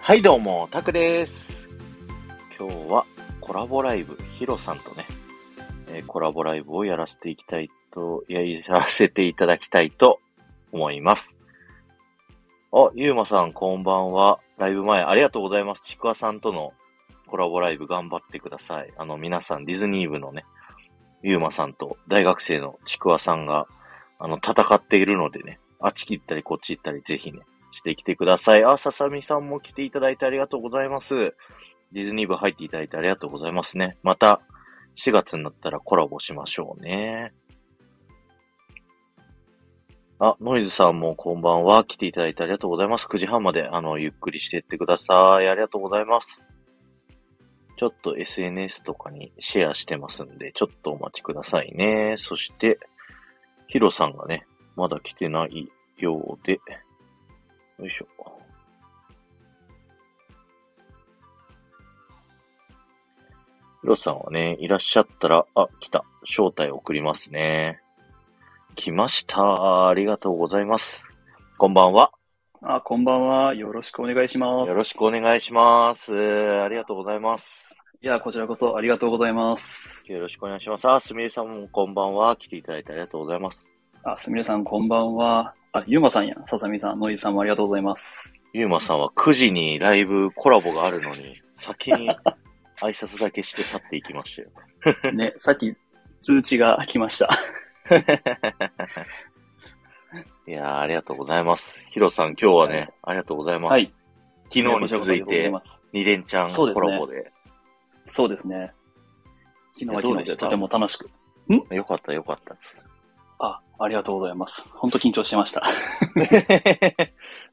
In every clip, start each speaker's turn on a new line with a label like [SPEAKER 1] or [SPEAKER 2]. [SPEAKER 1] はいどうも、タクです。今日はコラボライブ、ヒロさんとね、えーコラボライブをやらせていきたいと、いや、やらせていただきたいと思います。あ、ゆうまさん、こんばんは。ライブ前、ありがとうございます。ちくわさんとのコラボライブ頑張ってください。あの、皆さん、ディズニー部のね、ゆうまさんと大学生のちくわさんが、あの、戦っているのでね、あっち行ったりこっち行ったり、ぜひね、してきてください。あ、ささみさんも来ていただいてありがとうございます。ディズニー部入っていただいてありがとうございますね。また、4月になったらコラボしましょうね。あ、ノイズさんもこんばんは。来ていただいてありがとうございます。9時半まで、あの、ゆっくりしていってください。ありがとうございます。ちょっと SNS とかにシェアしてますんで、ちょっとお待ちくださいね。そして、ヒロさんがね、まだ来てないようで、よいしょ。ヒロさんはね、いらっしゃったら、あ、来た。招待送りますね。来ました。ありがとうございます。こんばんは。
[SPEAKER 2] あ、こんばんは。よろしくお願いしま
[SPEAKER 1] よ
[SPEAKER 2] す。
[SPEAKER 1] ろしくお願いします。ありがとうございます。
[SPEAKER 2] いや、こちらこそありがとうございます。
[SPEAKER 1] よろしくお願いします。あ、すみれさんもこんばんは。来ていただいてありがとうございます。
[SPEAKER 2] あ、すみれさん、こんばんは。あ、ゆうまさんや、ささみさん、のいさんもありがとうございます。
[SPEAKER 1] ゆうまさんは9時にライブコラボがあるのに、先に挨拶だけして去っていきましたよ。
[SPEAKER 2] ね、さっき通知が来ました。
[SPEAKER 1] いやー、ありがとうございます。ヒロさん、今日はね、ありがとうございます。
[SPEAKER 2] はい。
[SPEAKER 1] 昨日に続い
[SPEAKER 2] こちらこそありがとうござ
[SPEAKER 1] て、
[SPEAKER 2] ます
[SPEAKER 1] 2連チャンコラボで。
[SPEAKER 2] そうですね。昨日は
[SPEAKER 1] どう
[SPEAKER 2] 昨
[SPEAKER 1] で
[SPEAKER 2] 日
[SPEAKER 1] した
[SPEAKER 2] でとても楽しく。
[SPEAKER 1] よかった、よかった です。
[SPEAKER 2] あ、ありがとうございます。本当緊張してま した。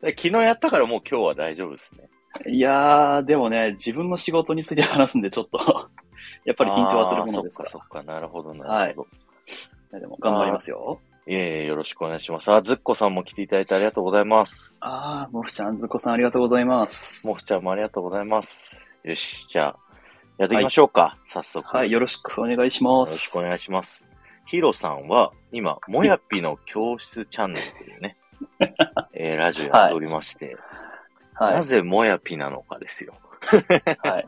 [SPEAKER 1] 昨日やったからもう今日は大丈夫ですね。
[SPEAKER 2] いやー、でもね、自分の仕事について話すんで、ちょっと、 やっぱり緊張はするものですか
[SPEAKER 1] あ
[SPEAKER 2] ら。
[SPEAKER 1] ーそっか、そっか、なるほど、なるほど。
[SPEAKER 2] ねでも、頑張りますよ。
[SPEAKER 1] い、えいえ、よろしくお願いします。あ、ずっこさんも来ていただいてありがとうございます。
[SPEAKER 2] あー、もふちゃん、ずこさんありがとうございます。
[SPEAKER 1] もふちゃんもありがとうございます。よし、じゃあ、やっていきましょうか、早速。
[SPEAKER 2] はい、
[SPEAKER 1] よ
[SPEAKER 2] よろしくお願いしま
[SPEAKER 1] ろ
[SPEAKER 2] す。
[SPEAKER 1] しくお願いします。ヒロさんは、今、もやっぴの教室チャンネルという ね、えーラジオやっておりまして、
[SPEAKER 2] は。
[SPEAKER 1] ないぜもやぴなのかですよ。
[SPEAKER 2] はい。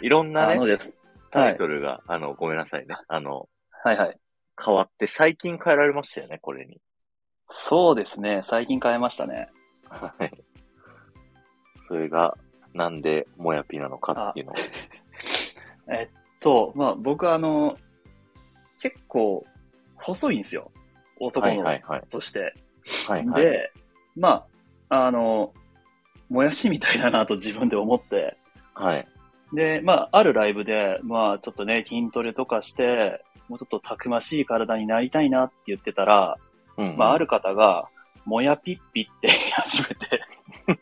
[SPEAKER 1] いろんな
[SPEAKER 2] あ
[SPEAKER 1] ね
[SPEAKER 2] の、です。
[SPEAKER 1] タイトルが、あの、ごめんなさいね。あの、
[SPEAKER 2] はいはい。
[SPEAKER 1] 変わって、最近変えられましたよね、これに。
[SPEAKER 2] そうですね。最近変えましたね。
[SPEAKER 1] はい。それが、なんで、もやぴなのかっていうのを。
[SPEAKER 2] と、まあ僕はあの、結構細いんですよ。男
[SPEAKER 1] はいは
[SPEAKER 2] の
[SPEAKER 1] いはい。
[SPEAKER 2] 子として。
[SPEAKER 1] はいはい。
[SPEAKER 2] で、まあ、あの、もやしみたいだなと 自分で思って。
[SPEAKER 1] はい。
[SPEAKER 2] で、まあ、あるライブで、まあ、ちょっとね、筋トレとかして、もうちょっとたくましい体になりたいなって言ってたら、
[SPEAKER 1] うん。
[SPEAKER 2] まあ、ある方が、もやぴっぴって言い始めて。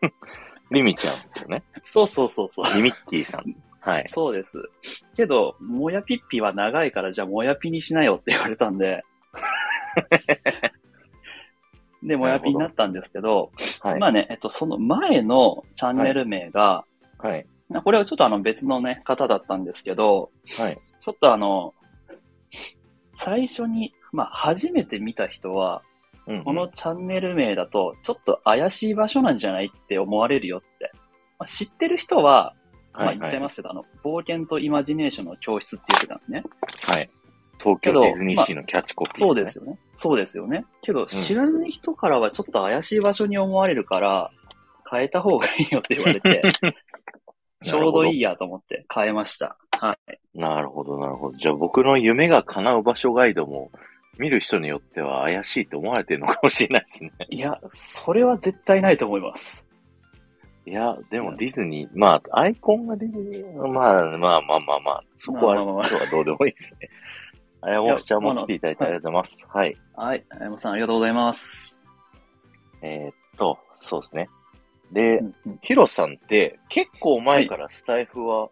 [SPEAKER 1] リミちゃんですよね。
[SPEAKER 2] そうそうそうそう。
[SPEAKER 1] リミッキーさん。はい。
[SPEAKER 2] そうです。けど、もやぴっぴは長いから、じゃあもやぴにしなよって言われた んで。で、もやぴになったんですけど、
[SPEAKER 1] はい。
[SPEAKER 2] まあね、えっと、その前のチャンネル名が、
[SPEAKER 1] はい。
[SPEAKER 2] なこれはちょっとあの別のね、方だったんですけど、
[SPEAKER 1] はい。
[SPEAKER 2] ちょっとあの、最初に、まあ初めて見た人は、
[SPEAKER 1] うんうん。
[SPEAKER 2] この、チャンネル名だと、ちょっと怪しい場所なんじゃないって思われるよって。まあ、知ってる人は、まあ言っちゃいますすけど、あの、冒険とイマジネーションの教室って言ってたんですね。
[SPEAKER 1] はい。東京ディズニーシーのキャッチコピー、
[SPEAKER 2] そうです。よね。そうですよね。けど、知らない人からはちょっと怪しい場所に思われるから、変えた方がいいよって言われ て、ちょうどいいやと思って変えました。はい。
[SPEAKER 1] なるほど、なるほど。じゃあ僕の夢が叶う場所ガイドも、見る人によっては怪しいと思われてるのかもしれないですね。
[SPEAKER 2] いや、それは絶対ないと思います。
[SPEAKER 1] いや、でもディズニー、まあ、アイコンがディズニー、まあまあまあまあまあ、そこは、
[SPEAKER 2] まあまあまあ
[SPEAKER 1] はどうでもいいですね。あやもふちゃんも来ていただいてありがとうございます。はい。
[SPEAKER 2] はい。あやまさん、ありがとうございます。
[SPEAKER 1] えーっと、そうですね。で
[SPEAKER 2] う、んうん
[SPEAKER 1] ヒロさんって結構前からスタイフは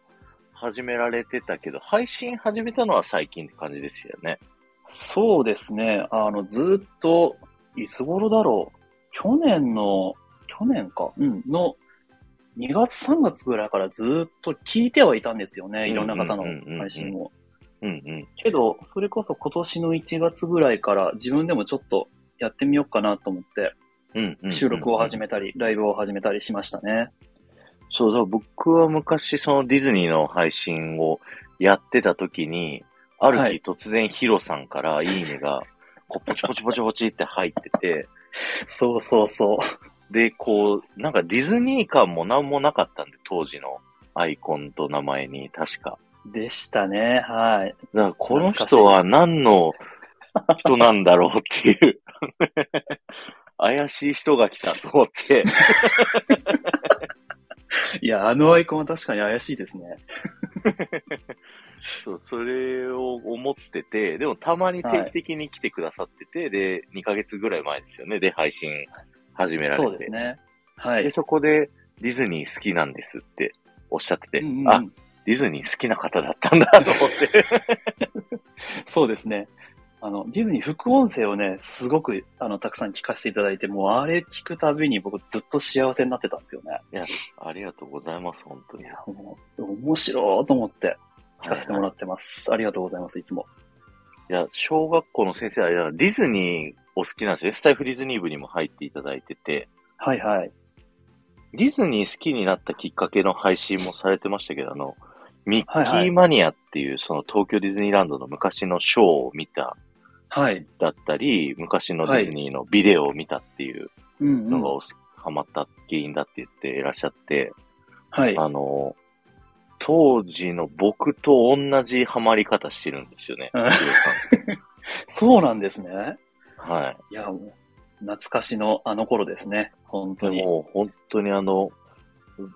[SPEAKER 1] 始められてたけど、配信始めたのは最近って感じですよね。
[SPEAKER 2] そうですね。あの、ずーっと、いつ頃だろう。去年の、去年か、うん、の、2月3月ぐらいからずーっと聞いてはいたんですよね。いろんな方の
[SPEAKER 1] うんうんうんうん
[SPEAKER 2] 配信を。
[SPEAKER 1] うんうん。
[SPEAKER 2] けど、それこそ今年の1月ぐらいから自分でもちょっとやってみようかなと思って、
[SPEAKER 1] うんうんうんうん
[SPEAKER 2] 収録を始
[SPEAKER 1] め
[SPEAKER 2] めたり、ライブを始めたりしましたね。
[SPEAKER 1] そうだ、僕は昔そのディズニーの配信をやってた時に、ある日、
[SPEAKER 2] はい
[SPEAKER 1] 突然ヒロさんからいいねが、 こう、ポチポチポチポチって入ってて、
[SPEAKER 2] そうそうそう。
[SPEAKER 1] で、こう、なんかディズニー感もなんもなかったんで、当時のアイコンと名前に、確か。
[SPEAKER 2] でしたね。はい。
[SPEAKER 1] だから、この人は何の人なんだろうって いう。怪しい人が来たと思って。
[SPEAKER 2] いや、あのアイコンは確かに怪しいですね。
[SPEAKER 1] そう、それを思ってて、でもたまに定期的に来てくださってて、で、2ヶ月ぐらい前ですよね。で、配信始められて。
[SPEAKER 2] そうですね。はい
[SPEAKER 1] で、。そこで、ディズニー好きなんですっておっしゃってて、
[SPEAKER 2] うんうんうん
[SPEAKER 1] あ、ディズニー好きな方だったんだと思っ て。
[SPEAKER 2] そうですね。あの、ディズニー副音声をね、すごく、あの、たくさん聞かせていただいて、もうあれ聞くたびに僕ずっと幸せになってたんですよね。
[SPEAKER 1] ありがとうございます、本当
[SPEAKER 2] い
[SPEAKER 1] に。
[SPEAKER 2] や、もう、面白いと思って聞かせてもらってます。ありがとうございます、いつも。
[SPEAKER 1] いや、小学校の先生、あれだな、ディズニーお好きなんですね。スタイフディズニー部にも入っていただいてて、
[SPEAKER 2] はいはい。
[SPEAKER 1] ディズニー好きになったきっかけの配信もされてましたけど、あの、ミッキ
[SPEAKER 2] はいはい
[SPEAKER 1] ーマニアっていう、その東京ディズニーランドの昔のショーを見た
[SPEAKER 2] はい。
[SPEAKER 1] だったり、昔のディズニーのビデオを見たっていう
[SPEAKER 2] うん、う
[SPEAKER 1] のが
[SPEAKER 2] ん。
[SPEAKER 1] お好きハマった原因だって言っていらっしゃって、
[SPEAKER 2] はい。
[SPEAKER 1] あの、当時の僕と同じハマり方してるんですよね。
[SPEAKER 2] うん
[SPEAKER 1] ヒロさ
[SPEAKER 2] そうなんですね。
[SPEAKER 1] んはい。
[SPEAKER 2] いや、もう、懐かしのあの頃ですね。本当
[SPEAKER 1] で
[SPEAKER 2] に。
[SPEAKER 1] も、本当にあの、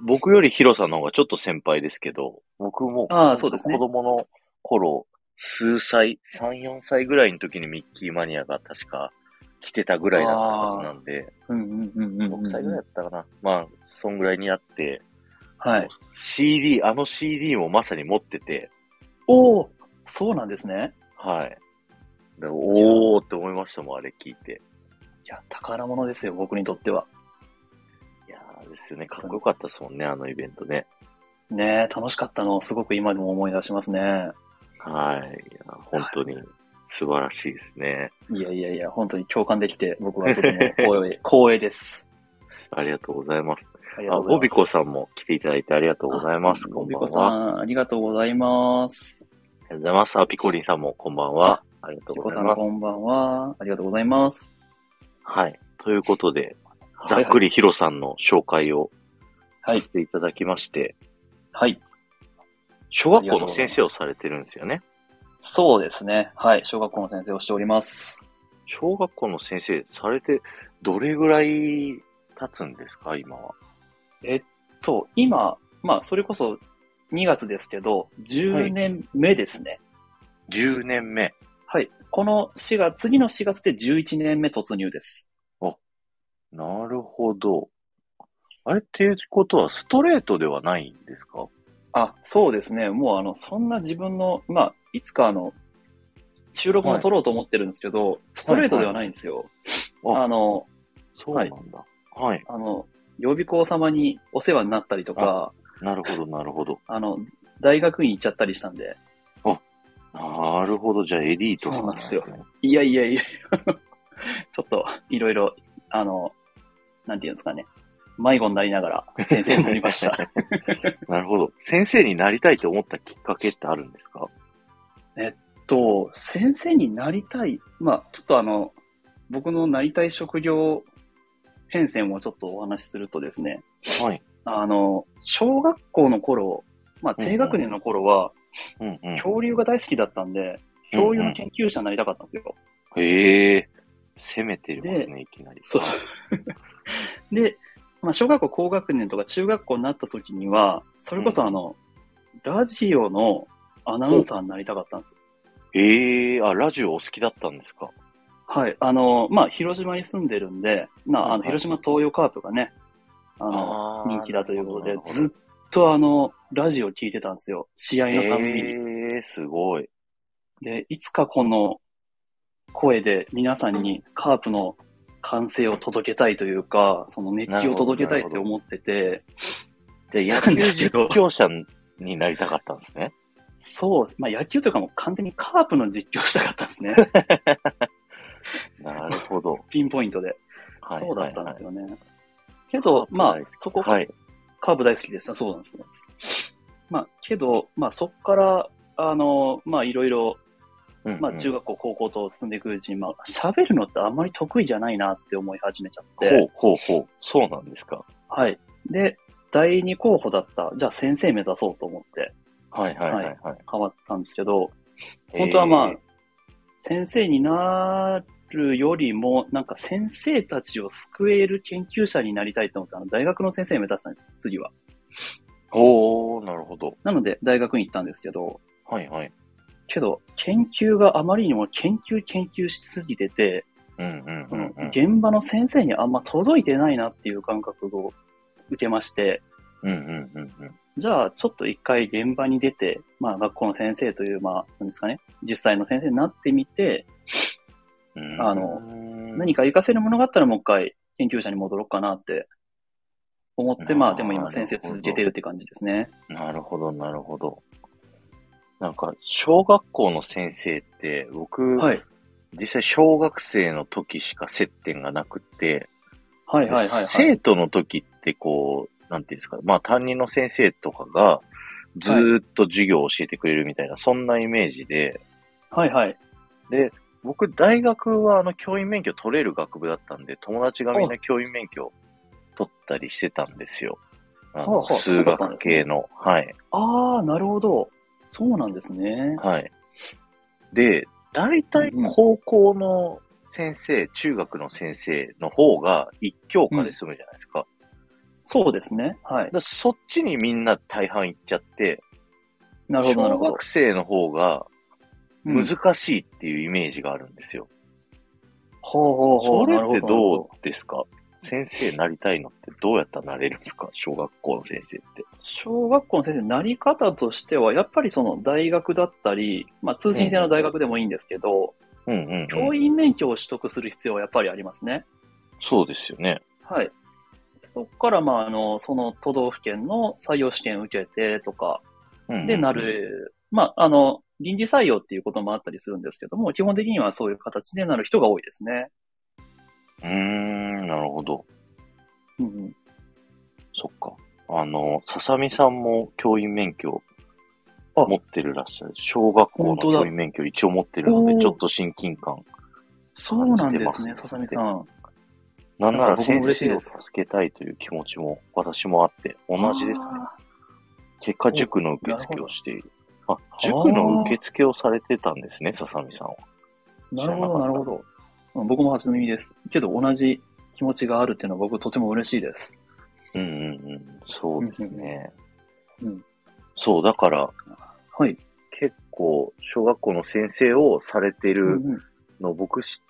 [SPEAKER 1] 僕よりヒロさんの方がちょっと先輩ですけど、僕も
[SPEAKER 2] ああそうですね
[SPEAKER 1] 子供の頃、数歳、3、4歳ぐらいの時にミッキーマニアが確か来てたぐらいだったはずなんで、
[SPEAKER 2] うんうんうんうんうん。
[SPEAKER 1] 6歳ぐらいだったかな。まあ、そんぐらいになって、
[SPEAKER 2] はい。
[SPEAKER 1] CD、あの CD もまさに持ってて、
[SPEAKER 2] おおそうなんですね。
[SPEAKER 1] はい。でおーって思いましたもん、あれ聞いて。
[SPEAKER 2] いや、宝物ですよ、僕にとっては。
[SPEAKER 1] いやーですよね、かっこよかったですもんね、あのイベントね。
[SPEAKER 2] ねえ、楽しかったのをすごく今でも思い出しますね。
[SPEAKER 1] はい。いやー本当に素晴らしいですね。
[SPEAKER 2] いやいやいや、本当に共感できて、僕はとても 光栄光栄です。
[SPEAKER 1] ありがとうございます。
[SPEAKER 2] ありが
[SPEAKER 1] あ、
[SPEAKER 2] とうございます。
[SPEAKER 1] ボビコさんも来ていただいてありがとうございます。
[SPEAKER 2] あ
[SPEAKER 1] こ
[SPEAKER 2] ボ
[SPEAKER 1] ん
[SPEAKER 2] ビ
[SPEAKER 1] ばん
[SPEAKER 2] コさ
[SPEAKER 1] は。あ
[SPEAKER 2] ん、ありがとうございます。
[SPEAKER 1] りがとうございます。あ、ピコリンさんもこんばんは。ありがと
[SPEAKER 2] ボ
[SPEAKER 1] うご
[SPEAKER 2] ビコ
[SPEAKER 1] ざ
[SPEAKER 2] さ
[SPEAKER 1] い
[SPEAKER 2] ん、
[SPEAKER 1] ます。
[SPEAKER 2] こんばんは。ありがとうございます。
[SPEAKER 1] はい。ということで、ざ
[SPEAKER 2] は
[SPEAKER 1] っ
[SPEAKER 2] い
[SPEAKER 1] くりヒロさんの紹介を
[SPEAKER 2] は
[SPEAKER 1] さ
[SPEAKER 2] い。
[SPEAKER 1] せていただきまして、
[SPEAKER 2] はい。
[SPEAKER 1] 小学校の先生をされてるんですよね。
[SPEAKER 2] そうですね。はい。小学校の先生をしております。
[SPEAKER 1] 小学校の先生されて、どれぐらい経つんですか、今は。
[SPEAKER 2] えっと、今、まあ、それこそ2月ですけど、
[SPEAKER 1] はい
[SPEAKER 2] 10年目ですね。
[SPEAKER 1] 10年目。
[SPEAKER 2] はい。この4月、次の4月で11年目突入です。
[SPEAKER 1] なるほど。あれっていうことは、ストレートではないんですか
[SPEAKER 2] あ、そうですね。もうあの、そんな自分の、まあ、いつかあの、収録も撮ろうと思ってるんですけど、ストレートではないんですよ。
[SPEAKER 1] はいはいあ
[SPEAKER 2] あの、
[SPEAKER 1] そうなんだ。はい。
[SPEAKER 2] あの、予備校様にお世話になったりとか、
[SPEAKER 1] なるほど、なるほど。
[SPEAKER 2] あの、大学院行っちゃったりしたんで、
[SPEAKER 1] なるほど。じゃあ、エリートさん、
[SPEAKER 2] そうなんいやいやい や、ちょっと、いろいろ、あの、なんていうんですかね、迷子になりながら先生になりました。
[SPEAKER 1] なるほど。先生になりたいと思ったきっかけってあるんですか
[SPEAKER 2] と、先生になりたい、まあ、ちょっとあの、僕のなりたい職業変遷をちょっとお話しするとですね、
[SPEAKER 1] はい。
[SPEAKER 2] あの、小学校の頃、まあ、低学年の頃は、
[SPEAKER 1] うんうん。
[SPEAKER 2] 恐竜が大好きだったんで、恐竜の研究者になりたかったんですよ。
[SPEAKER 1] へえ攻めてますね、いきなり。
[SPEAKER 2] そう。 で、まあ、小学校高学年とか中学校になった時には、それこそあの、ラジオのアナウンサーになりたかったんですよ。
[SPEAKER 1] ええあ、ラジオお好きだったんですか
[SPEAKER 2] はい。あの、まあ、広島に住んでるんで、まあ、あ
[SPEAKER 1] はい
[SPEAKER 2] の、
[SPEAKER 1] はい
[SPEAKER 2] 広島東洋カープがね、あの、
[SPEAKER 1] あー
[SPEAKER 2] 人気だということ
[SPEAKER 1] な
[SPEAKER 2] で
[SPEAKER 1] る、ほど
[SPEAKER 2] ずっとあの、ラジオ聞いてたんですよ。試合のために。
[SPEAKER 1] ええすごい。
[SPEAKER 2] で、いつかこの声で皆さんにカープの歓声を届けたいというか、その熱気を届けたいって思ってて、
[SPEAKER 1] じゃあ、野
[SPEAKER 2] なんで
[SPEAKER 1] 球
[SPEAKER 2] すけ
[SPEAKER 1] 実
[SPEAKER 2] ど
[SPEAKER 1] 況者になりたかったんですね。
[SPEAKER 2] そうです、まあ野球というかもう完全にカープの実況したかったんです ね。
[SPEAKER 1] なるほど。
[SPEAKER 2] ピンポイントで。
[SPEAKER 1] はい。
[SPEAKER 2] そうだったんですよね。けど、まあ
[SPEAKER 1] はい、
[SPEAKER 2] そこ、
[SPEAKER 1] はい。
[SPEAKER 2] カーブ大好きです。そうなんです。そうなんですまあ、けど、まあ、そこから、あの、まあ、いろいろ、
[SPEAKER 1] うんうん
[SPEAKER 2] まあ、中学校、高校と進んでいくうちに、まあ、喋るのってあんまり得意じゃないなって思い始めちゃって。
[SPEAKER 1] ほうほうほう。そうなんですか。
[SPEAKER 2] はい。で、第二候補だった、じゃあ先生目指そうと思って
[SPEAKER 1] はいはいはいはい。
[SPEAKER 2] 変わったんですけど、本当はまあ、先生になるよりも、なんか先生たちを救える研究者になりたいと思って、あの大学の先生目指したんです、次は。
[SPEAKER 1] あ。おー、なるほど。
[SPEAKER 2] なので、大学に行ったんですけど、
[SPEAKER 1] はいはい。
[SPEAKER 2] けど、研究があまりにも研究研究しすぎてて、
[SPEAKER 1] うんうん
[SPEAKER 2] そ
[SPEAKER 1] うん
[SPEAKER 2] の
[SPEAKER 1] うん。
[SPEAKER 2] 現場の先生にあんま届いてないなっていう感覚を受けまして、
[SPEAKER 1] うんうんうんうん。
[SPEAKER 2] じゃあ、ちょっと一回現場に出て、まあ、学校の先生という、まあ、なんですかね、実際の先生になってみて、
[SPEAKER 1] うん
[SPEAKER 2] あの、
[SPEAKER 1] 何
[SPEAKER 2] 何か活かせるものがあったら、もう一回研究者に戻ろうかなって思って、ま
[SPEAKER 1] あ
[SPEAKER 2] あ、
[SPEAKER 1] ー
[SPEAKER 2] でも今先生続けてるって感じですね。
[SPEAKER 1] なるほど、なるほど。なんか、小学校の先生って、僕、
[SPEAKER 2] はい。
[SPEAKER 1] 実際小学生の時しか接点がなくて、
[SPEAKER 2] はいはいはい、はい。
[SPEAKER 1] 生徒の時ってこう、なんていうんですか、まあ担任の先生とかが、ずーっと授業を教えてくれるみたいな、そんなイメージで、
[SPEAKER 2] はいはい。
[SPEAKER 1] で、僕、大学はあの教員免許取れる学部だったんで、友達がみんな教員免許取ったりしてたんですよ。あ
[SPEAKER 2] ほう
[SPEAKER 1] の
[SPEAKER 2] ほう
[SPEAKER 1] 数学系の。はい。
[SPEAKER 2] ああ、なるほど。そうなんですね。
[SPEAKER 1] はい。で、大体高校の先生、中学の先生の方が一教科で済むじゃないですか。
[SPEAKER 2] そうですね。はい
[SPEAKER 1] だか。らそっちにみんな大半行っちゃって、
[SPEAKER 2] なるほどなる
[SPEAKER 1] 小
[SPEAKER 2] ほど
[SPEAKER 1] 学。生の方が
[SPEAKER 2] うん
[SPEAKER 1] 難しいっていうイメージがあるんですよ。
[SPEAKER 2] ほうほうほう。
[SPEAKER 1] それ
[SPEAKER 2] なる
[SPEAKER 1] っ
[SPEAKER 2] ほ
[SPEAKER 1] て
[SPEAKER 2] どなるほ
[SPEAKER 1] どうですか先生なりたいのってどうやったらなれるんですか小学校の先生って。
[SPEAKER 2] 小学校の先生、なり方としては、やっぱりその大学だったり、まあ通信制の大学でもいいんですけど、
[SPEAKER 1] うんうん、うん
[SPEAKER 2] 教員免許を取得する必要はやっぱりありますね。
[SPEAKER 1] そうですよね。
[SPEAKER 2] はい。そこから、まあ、あの、その都道府県の採用試験受けてとか
[SPEAKER 1] うんうんうん
[SPEAKER 2] でな。る、まあ、あの、臨時採用っていうこともあったりするんですけども、基本的にはそういう形でなる人が多いですね。
[SPEAKER 1] うーん、なるほど。
[SPEAKER 2] うんうん、
[SPEAKER 1] そっか。あの、ささみさんも教員免許
[SPEAKER 2] あ
[SPEAKER 1] 持ってるらっしゃる。小学校の
[SPEAKER 2] 本当だ
[SPEAKER 1] 教員免許一応持ってるの
[SPEAKER 2] お
[SPEAKER 1] で、
[SPEAKER 2] ー
[SPEAKER 1] ちょっと親近感。
[SPEAKER 2] そうなんです
[SPEAKER 1] 感じて
[SPEAKER 2] ね、
[SPEAKER 1] ます
[SPEAKER 2] ささみさん。
[SPEAKER 1] なんなら
[SPEAKER 2] 僕も
[SPEAKER 1] 先
[SPEAKER 2] 嬉しい
[SPEAKER 1] 生
[SPEAKER 2] で
[SPEAKER 1] を
[SPEAKER 2] す
[SPEAKER 1] 助けたいという気持ちも私もあって、同じですね。
[SPEAKER 2] あ
[SPEAKER 1] 結果、塾の受付をしている。あ、
[SPEAKER 2] なるほ
[SPEAKER 1] 塾
[SPEAKER 2] ど
[SPEAKER 1] の受付をされてたんですね、ささみさんは。
[SPEAKER 2] ー。なるほど、なるほど。うん僕も初耳です。けど、同じ気持ちがあるっていうのは僕とても嬉しいです。
[SPEAKER 1] うんうんうん。そうですね。
[SPEAKER 2] うんうん
[SPEAKER 1] そう、だから、
[SPEAKER 2] はい。
[SPEAKER 1] 結構、小学校の先生をされて
[SPEAKER 2] う
[SPEAKER 1] る
[SPEAKER 2] んうん
[SPEAKER 1] の、僕し、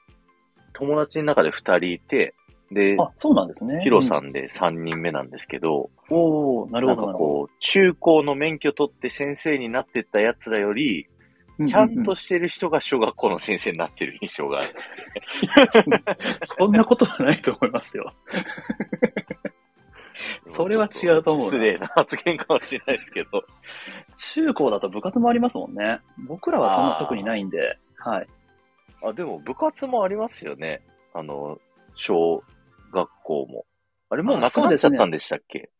[SPEAKER 1] 友達の中で2人いて、で、
[SPEAKER 2] あ、そうなんですね。
[SPEAKER 1] ヒロさ
[SPEAKER 2] うん
[SPEAKER 1] で3人目なんですけど、
[SPEAKER 2] ん。おおなる
[SPEAKER 1] な
[SPEAKER 2] ほ
[SPEAKER 1] んか
[SPEAKER 2] ど、なるほど。
[SPEAKER 1] こう、中高の免許取って先生になってったやつらより、ちゃんとしてる人が小学校の先生になってる印象がある。
[SPEAKER 2] そんなことはないと思いますよ。それは違うと思うな
[SPEAKER 1] 失礼な発言かもしれないですけど。
[SPEAKER 2] 中高だと部活もありますもんね。僕らはそんな特にないんで。はい。
[SPEAKER 1] あ、でも部活もありますよね。あの、小学校も。あれもうなくなっちゃったんでしたっけ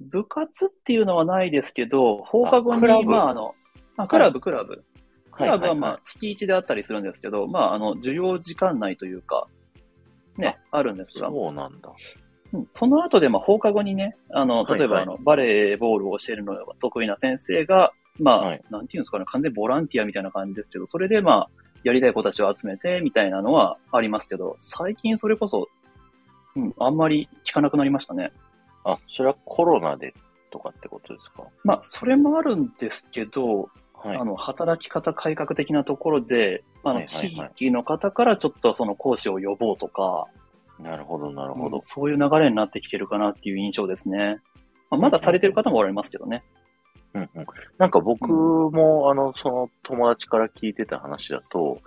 [SPEAKER 2] 部活っていうのはないですけど、放課後
[SPEAKER 1] あクラ
[SPEAKER 2] に、
[SPEAKER 1] ブ
[SPEAKER 2] まあ、あの、あクラブ、クラブ。クラブは、ま
[SPEAKER 1] はい
[SPEAKER 2] あ、月1であったりするんですけど、まあ、あの、授業時間内というか、ね、あるんですが、
[SPEAKER 1] そうなんだ。
[SPEAKER 2] うんその後で、まあ、放課後にね、あの、
[SPEAKER 1] はい
[SPEAKER 2] 例えば、あの、バレーボールを教えるのが得意な先生が、まあ、
[SPEAKER 1] はい
[SPEAKER 2] なんていうんですかね、完全にボランティアみたいな感じですけど、それで、まあ、やりたい子たちを集めて、みたいなのはありますけど、最近それこそ、うん、あんまり聞かなくなりましたね。
[SPEAKER 1] あ、それはコロナでとかってことですか
[SPEAKER 2] まあ、それもあるんですけど、
[SPEAKER 1] はい。
[SPEAKER 2] あの、働き方改革的なところで、
[SPEAKER 1] は
[SPEAKER 2] あ
[SPEAKER 1] い
[SPEAKER 2] の、
[SPEAKER 1] はい
[SPEAKER 2] 地
[SPEAKER 1] はい
[SPEAKER 2] 域の方からちょっとその講師を呼ぼうとか、
[SPEAKER 1] なるほど、なるほど。
[SPEAKER 2] そういう流れになってきてるかなっていう印象ですね。まあ、まだされてる方もおられますけどね。
[SPEAKER 1] うんうんなんか僕も、あの、その友達から聞いてた話だと、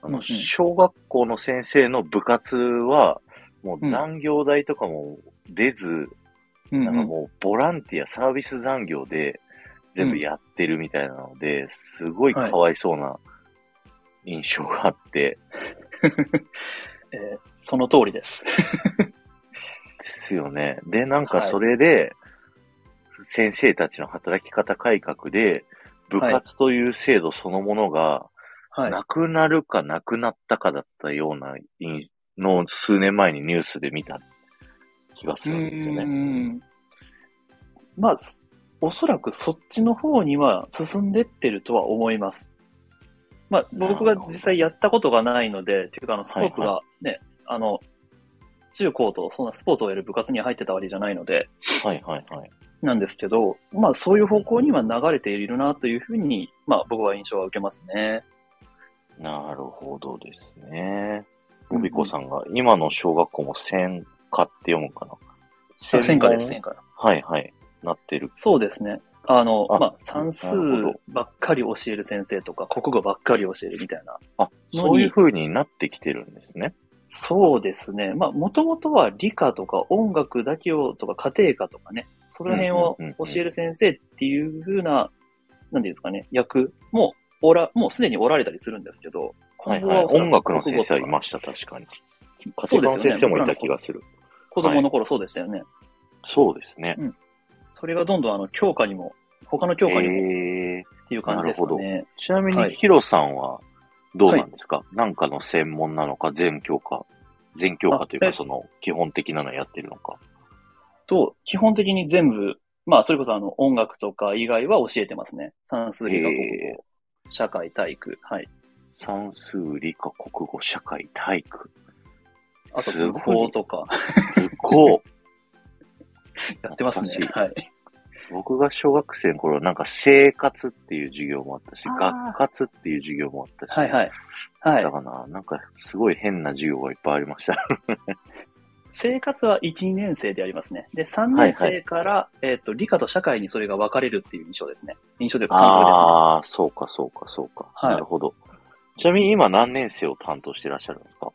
[SPEAKER 1] あの、
[SPEAKER 2] うんうん
[SPEAKER 1] 小学校の先生の部活は、もう残業代とかも出ず、
[SPEAKER 2] うん
[SPEAKER 1] なんかもうボランティア、サービス残業で全部やってるみたいなので、すごいかわいそうな印象があって、
[SPEAKER 2] えーその通りです。
[SPEAKER 1] ですよね。で、なんか
[SPEAKER 2] はい
[SPEAKER 1] それで、先生たちの働き方改革で、部活という制度そのものが、
[SPEAKER 2] はい。
[SPEAKER 1] なくなるかなくなったかだったような、いのを数年前にニュースで見た気がするんですよ
[SPEAKER 2] う
[SPEAKER 1] ね。
[SPEAKER 2] んまあ、すおそらくそっちの方には進んでってるとは思います。まあ、僕が実際やったことがないので、っていうか、あの、スポーツがね、あの、中高と、そんなスポーツをやる部活に入ってたわけじゃないので、
[SPEAKER 1] はいはいはい。
[SPEAKER 2] なんですけど、まあ、そういう方向には流れているなというふうに、まあ、僕は印象は受けますね。
[SPEAKER 1] なるほどですね。ボビコさんが、今の小学校も専科って読むかな
[SPEAKER 2] あ戦果です、
[SPEAKER 1] ね
[SPEAKER 2] 戦果。
[SPEAKER 1] はいはい。なってる。
[SPEAKER 2] そうですね。あの、
[SPEAKER 1] あ
[SPEAKER 2] まあ、算数
[SPEAKER 1] なるほど
[SPEAKER 2] ばっかり教える先生とか、国語ばっかり教えるみたいな。
[SPEAKER 1] あ、
[SPEAKER 2] のに
[SPEAKER 1] そういう風になってきてるんですね。
[SPEAKER 2] そうですね。まあ、もともとは理科とか音楽だけをとか家庭科とかね、その辺を
[SPEAKER 1] うんうんうんうん
[SPEAKER 2] 教える先生っていう風な、なんていうんですかね、役もおら、もうすでにおられたりするんですけど、
[SPEAKER 1] はい
[SPEAKER 2] 今
[SPEAKER 1] はい。
[SPEAKER 2] 後は
[SPEAKER 1] 音楽の先生はい
[SPEAKER 2] 国語とか
[SPEAKER 1] ました、確かに。
[SPEAKER 2] そ
[SPEAKER 1] 家庭科の
[SPEAKER 2] うですよね
[SPEAKER 1] 先生もいた気がする。
[SPEAKER 2] 子供の頃そうでしたよね。
[SPEAKER 1] そうですね。
[SPEAKER 2] それがどんどんあの、教科にも、他の教科にも
[SPEAKER 1] え
[SPEAKER 2] っていう感じですかね。
[SPEAKER 1] ー、ちなみ
[SPEAKER 2] は
[SPEAKER 1] に
[SPEAKER 2] い
[SPEAKER 1] ヒロさんはどうなんですか、なんかの専門なのか、全教科。全教科というか、
[SPEAKER 2] あえ
[SPEAKER 1] その、基本的なのやってるのか。
[SPEAKER 2] と、基本的に全部、まあ、それこそあの、音楽とか以外は教えてますね。算数理科国
[SPEAKER 1] え
[SPEAKER 2] 語、社会、体育、はい。
[SPEAKER 1] 算数、理科、国語、社会、体育。
[SPEAKER 2] あと、
[SPEAKER 1] す
[SPEAKER 2] 図
[SPEAKER 1] ご
[SPEAKER 2] 工
[SPEAKER 1] い。
[SPEAKER 2] とか
[SPEAKER 1] 図 工。
[SPEAKER 2] やってますね
[SPEAKER 1] 懐。
[SPEAKER 2] はい。
[SPEAKER 1] 僕が小学生の頃、なんか生活っていう授業もあったし、
[SPEAKER 2] あー
[SPEAKER 1] 学活っていう授業もあったし。
[SPEAKER 2] はいはい。は
[SPEAKER 1] だ
[SPEAKER 2] い。
[SPEAKER 1] かな、なんかすごい変な授業がいっぱいありました。
[SPEAKER 2] 生活は1、2年生でありますね。で、3年生から、えっ、と、理科と社会にそれが分かれるっていう印象ですね。印象というか感覚ですね。
[SPEAKER 1] ああ、そうかそうかそうか。
[SPEAKER 2] はい
[SPEAKER 1] なるほど。ちなみに今何年生を担当してらっしゃるんですか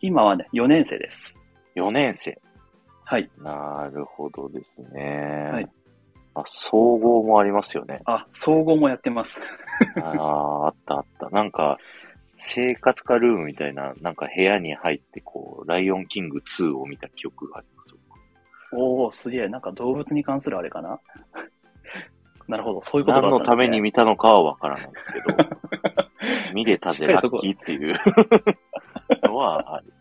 [SPEAKER 2] 今はね、4年生です。
[SPEAKER 1] ?4 年生。
[SPEAKER 2] はい。
[SPEAKER 1] なるほどですね。
[SPEAKER 2] はい
[SPEAKER 1] あ、総合もありますよね。
[SPEAKER 2] あ、総合もやってます。
[SPEAKER 1] ああ、あったあった。なんか、生活科ルームみたいな、なんか部屋に入って、こう、ライオンキング2を見た記憶があります。
[SPEAKER 2] おおすげえ。なんか動物に関するあれかな なるほど。そういうことだ
[SPEAKER 1] 何
[SPEAKER 2] った
[SPEAKER 1] の
[SPEAKER 2] んです、ね、
[SPEAKER 1] ために見たのかはわからないです けど、見れたぜ、
[SPEAKER 2] しっか
[SPEAKER 1] ラ
[SPEAKER 2] りそこ
[SPEAKER 1] ッキーっていうのはある。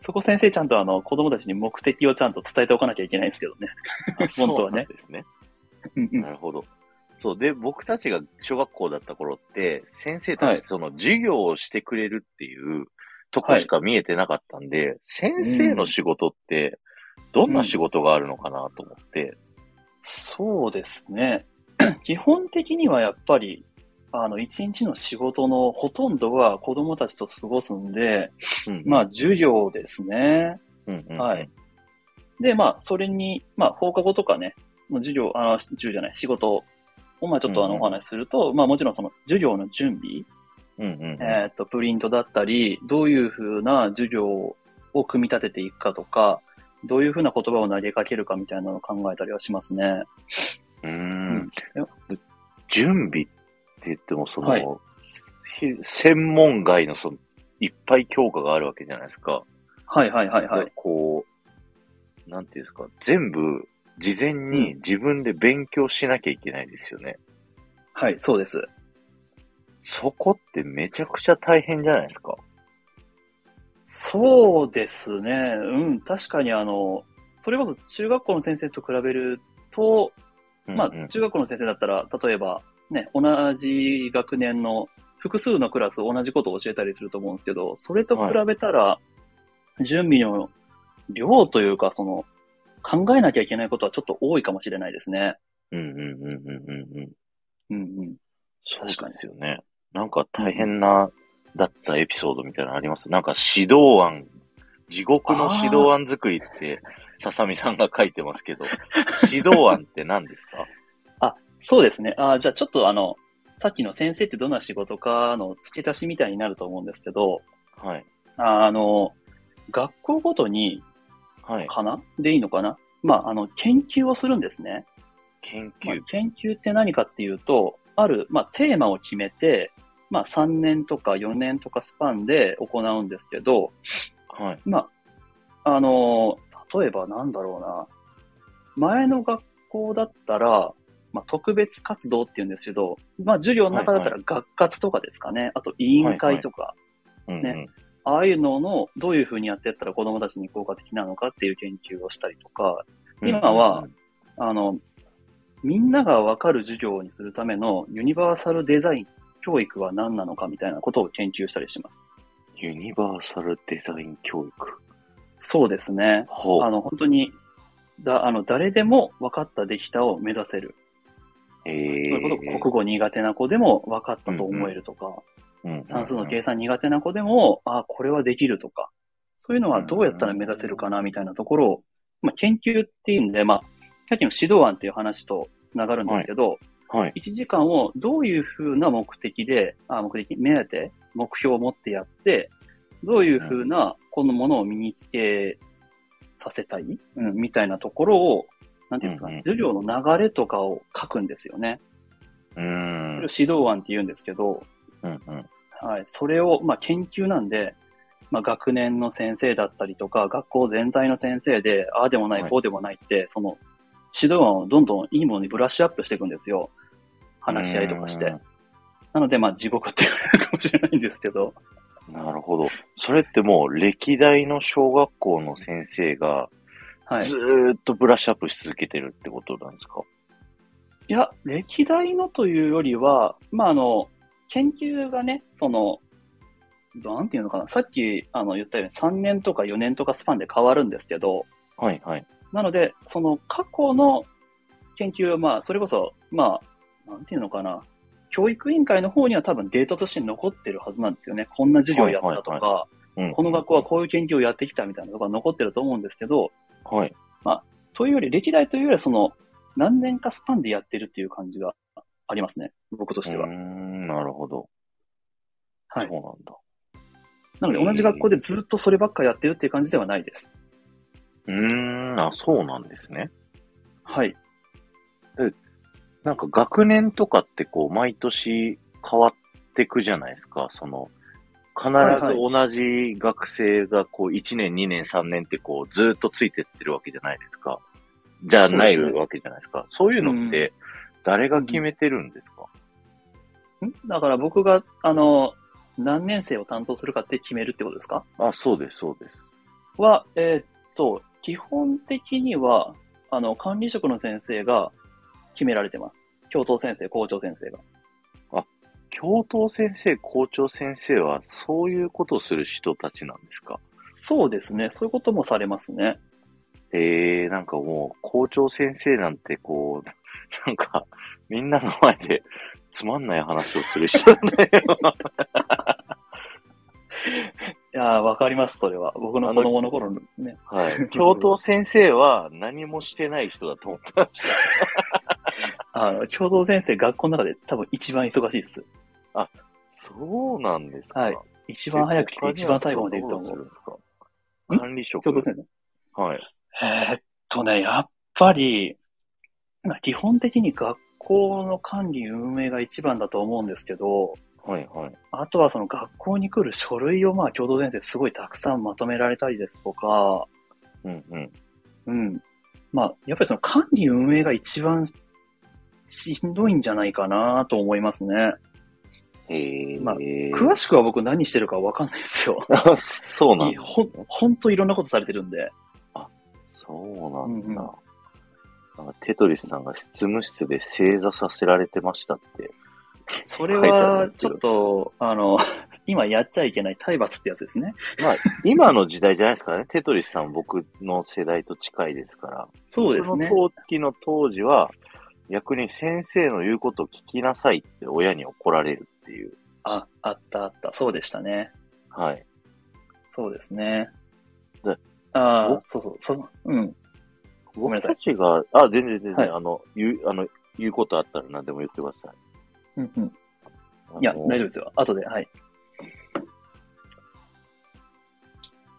[SPEAKER 2] そこ先生ちゃんとあの、子供たちに目的をちゃんと伝えておかなきゃいけないんですけどね。
[SPEAKER 1] あそう
[SPEAKER 2] 本当はね
[SPEAKER 1] なんですね。
[SPEAKER 2] うんうん
[SPEAKER 1] なるほど。そう。で、僕たちが小学校だった頃って、先生た
[SPEAKER 2] は
[SPEAKER 1] ち
[SPEAKER 2] い、
[SPEAKER 1] その授業をしてくれるっていうとこしか見えてなかったんで、先生の仕事って、どんな仕事があるのかなと思って、
[SPEAKER 2] そうですね。 基本的にはやっぱり、あの、一日の仕事のほとんどは子供たちと過ごすんで、
[SPEAKER 1] うん
[SPEAKER 2] まあ、授業ですね。
[SPEAKER 1] うんうん
[SPEAKER 2] はい。で、まあ、それに、まあ、放課後とかね、もう授業、あの、授業じゃない、仕事を、まあ、ちょっとあ
[SPEAKER 1] うん
[SPEAKER 2] の、
[SPEAKER 1] うん
[SPEAKER 2] お話しすると、まあ、もちろんその、授業の準備、
[SPEAKER 1] うんうん
[SPEAKER 2] えっ、と、プリントだったり、どういうふうな授業を組み立てていくかとか、どういうふうな言葉を投げかけるかみたいなのを考えたりはしますね。
[SPEAKER 1] うー
[SPEAKER 2] うん
[SPEAKER 1] ん
[SPEAKER 2] いや。
[SPEAKER 1] 準備って言っても、その、
[SPEAKER 2] はい
[SPEAKER 1] ひ専門外の、その、いっぱい教科があるわけじゃないですか。
[SPEAKER 2] はいはいはいはい。
[SPEAKER 1] こう、なんていうんですか、全部、事前に自分で勉強しなきゃいけないですよね。
[SPEAKER 2] はい、そうです。
[SPEAKER 1] そこってめちゃくちゃ大変じゃないですか。
[SPEAKER 2] そうですね。うん、確かにあの、それこそ中学校の先生と比べると、ま
[SPEAKER 1] うんうん
[SPEAKER 2] あ、中学校の先生だったら、例えば、ね、同じ学年の複数のクラス同じことを教えたりすると思うんですけど、それと比べたら、準備の量というか、その、考えなきゃいけないことはちょっと多いかもしれないですね。
[SPEAKER 1] うんうんうんうんうんうん。
[SPEAKER 2] うんうん。
[SPEAKER 1] そう
[SPEAKER 2] 確かに
[SPEAKER 1] ですよね。なんか大変な、だったエピソードみたいなのありますなんか指導案、地獄の指導案作りって、ささみさんが書いてますけど、 指導案って何ですか
[SPEAKER 2] そうですね。あーじゃあちょっとあの、さっきの先生ってどんな仕事かの付け足しみたいになると思うんですけど、
[SPEAKER 1] はい。
[SPEAKER 2] あの、学校ごとに、
[SPEAKER 1] はい。
[SPEAKER 2] かなでいいのかなまあ、あの、研究をするんですね。
[SPEAKER 1] 研
[SPEAKER 2] まあ
[SPEAKER 1] 究。
[SPEAKER 2] 研究って何かっていうと、ある、まあ、テーマを決めて、まあ、3年とか4年とかスパンで行うんですけど、
[SPEAKER 1] はい。
[SPEAKER 2] まあ、あの、例えばなんだろうな、前の学校だったら、まあ、特別活動っていうんですけど、まあ、授業の中だったら学活とかですかね。あと、委員会とか、
[SPEAKER 1] うんうん
[SPEAKER 2] ねああいうのの、どういうふうにやってやったら子供たちに効果的なのかっていう研究をしたりとか、今は、あの、みんながわかる授業にするためのユニバーサルデザイン教育は何なのかみたいなことを研究したりします。
[SPEAKER 1] ユニバーサルデザイン教育。
[SPEAKER 2] そうですね。
[SPEAKER 1] ほ
[SPEAKER 2] あの、本当に、だあの誰でも分かったできたを目指せる。
[SPEAKER 1] え
[SPEAKER 2] そ
[SPEAKER 1] ー
[SPEAKER 2] ういうこと、国語苦手な子でも分かったと思えるとか、
[SPEAKER 1] うん
[SPEAKER 2] 算数の計算苦手な子でも、あ、これはできるとか、そういうのはどうやったら目指せるかなみたいなところを、まあ、研究っていうんで、まあ、さっきの指導案っていう話とつながるんですけど、
[SPEAKER 1] はい。
[SPEAKER 2] 1時間をどういうふうな目的で、あ目的、目当て、目標を持ってやって、どういうふうなこのものを身につけさせたい、うん、みたいなところを、なんていうんですか
[SPEAKER 1] うんう
[SPEAKER 2] ね
[SPEAKER 1] ん、
[SPEAKER 2] 授業の流れとかを書くんですよね。
[SPEAKER 1] うーん。
[SPEAKER 2] 指導案って言うんですけど、
[SPEAKER 1] うんうん
[SPEAKER 2] はい、それを、まあ、研究なんで、まあ、学年の先生だったりとか、学校全体の先生で、ああでもない、
[SPEAKER 1] はい
[SPEAKER 2] こうでもないって、その、指導案をどんどんいいものにブラッシュアップしていくんですよ。話し合いとかし
[SPEAKER 1] う
[SPEAKER 2] て
[SPEAKER 1] ー。
[SPEAKER 2] なので、まあ、地獄って言われるかもしれないんです けど、
[SPEAKER 1] んなるほど。それってもう、歴代の小学校の先生が、
[SPEAKER 2] はい。
[SPEAKER 1] ず
[SPEAKER 2] い
[SPEAKER 1] ーっとブラッシュアップし続けてるってことなんですか、
[SPEAKER 2] や、歴代のというよりは、まあ、あの、研究がね、その、なんていうのかな、さっき、あの、言ったように3年とか4年とかスパンで変わるんですけど、
[SPEAKER 1] はい、はい。
[SPEAKER 2] なので、その過去の研究は、まあ、それこそ、まあ、なんていうのかな、教育委員会の方には多分データとして残ってるはずなんですよね。こんな授業やったと
[SPEAKER 1] はい
[SPEAKER 2] か、
[SPEAKER 1] うん
[SPEAKER 2] この学校はこういう研究をやってきたみたいなのが残ってると思うんですけど、
[SPEAKER 1] はい。
[SPEAKER 2] というより、歴代というよりは、その、何年かスパンでやってるっていう感じがありますね。僕としては。
[SPEAKER 1] うーん、なるほど。
[SPEAKER 2] はい
[SPEAKER 1] そうなんだ。
[SPEAKER 2] なので、同じ学校でずっとそればっかやってるっていう感じではないです。
[SPEAKER 1] うーん、あ、そうなんですね。
[SPEAKER 2] はい。
[SPEAKER 1] なんか学年とかってこう、毎年変わってくじゃないですか。その、必ず同じ学生がこう、1年、2年、3年ってこう、ずーっとついてってるわけじゃないですか。じゃあない
[SPEAKER 2] そうですね
[SPEAKER 1] わけじゃないですか。そういうのって、誰が決めてるんですか、
[SPEAKER 2] んだから僕が、あの、何年生を担当するかって決めるってことですか
[SPEAKER 1] あ、そうです、そうです。
[SPEAKER 2] は、えーっと、基本的には、あの、管理職の先生が決められてます。教頭先生、校長先生が。
[SPEAKER 1] 教頭先生、校長先生は、そういうことをする人たちなんですか
[SPEAKER 2] そうですね。そういうこともされますね。
[SPEAKER 1] えー、なんかもう、校長先生なんてこう、 なんか、みんなの前で、つまんない話をする人 だよ。
[SPEAKER 2] いやー、わかります、それは。僕の子供の頃のね。
[SPEAKER 1] はい。教頭先生は何もしてない人だと思った。
[SPEAKER 2] あの、教頭先生、学校の中で多分一番忙しいです。
[SPEAKER 1] そうなんですか。
[SPEAKER 2] はい一番早く来て一番最後までいると
[SPEAKER 1] ど
[SPEAKER 2] 思
[SPEAKER 1] うする
[SPEAKER 2] う。
[SPEAKER 1] んですか
[SPEAKER 2] ん
[SPEAKER 1] 管理職。
[SPEAKER 2] 教頭先生。
[SPEAKER 1] はい。
[SPEAKER 2] えーっとね、やっぱり、まあ基本的に学校の管理運営が一番だと思うんですけど、
[SPEAKER 1] はい、はい。
[SPEAKER 2] あとはその学校に来る書類をまあ共同先生すごいたくさんまとめられたりですとか、
[SPEAKER 1] うん、うん。
[SPEAKER 2] うん。まあ、やっぱりその管理運営が一番しんどいんじゃないかなと思いますね。
[SPEAKER 1] えー、
[SPEAKER 2] まあ詳
[SPEAKER 1] 詳し
[SPEAKER 2] しくは僕何してるかわかんないですよ。
[SPEAKER 1] く。 そうなん
[SPEAKER 2] い
[SPEAKER 1] だ。
[SPEAKER 2] ほん、ほんといろんなことされてるんで。
[SPEAKER 1] そうなん
[SPEAKER 2] うん
[SPEAKER 1] だ。なんかテトリスさんが執務室で正座させられてましたって。
[SPEAKER 2] それ
[SPEAKER 1] 書いてある
[SPEAKER 2] は
[SPEAKER 1] んですけ
[SPEAKER 2] ち
[SPEAKER 1] ど
[SPEAKER 2] ょっと、あの、 今やっちゃいけない体罰ってやつですね。
[SPEAKER 1] まあ、今の時代じゃないですからね。テトリスさん僕の世代と近いですから。
[SPEAKER 2] そうですね
[SPEAKER 1] 僕。の時の当時は、逆に先生の言うことを聞きなさいって親に怒られるっていう。
[SPEAKER 2] あ、あったあった。そうでしたね。
[SPEAKER 1] はい。
[SPEAKER 2] そうですね。
[SPEAKER 1] で
[SPEAKER 2] ああ
[SPEAKER 1] お、
[SPEAKER 2] そうそう、その、うん。ごめん
[SPEAKER 1] 僕
[SPEAKER 2] なさ
[SPEAKER 1] た
[SPEAKER 2] い。
[SPEAKER 1] ちが、あ、全然全然、
[SPEAKER 2] はい
[SPEAKER 1] あの、言う、あの、言うことあったら何でも言ってください。
[SPEAKER 2] うんうん。
[SPEAKER 1] あの
[SPEAKER 2] いや、大丈夫ですよ。後で、 はい。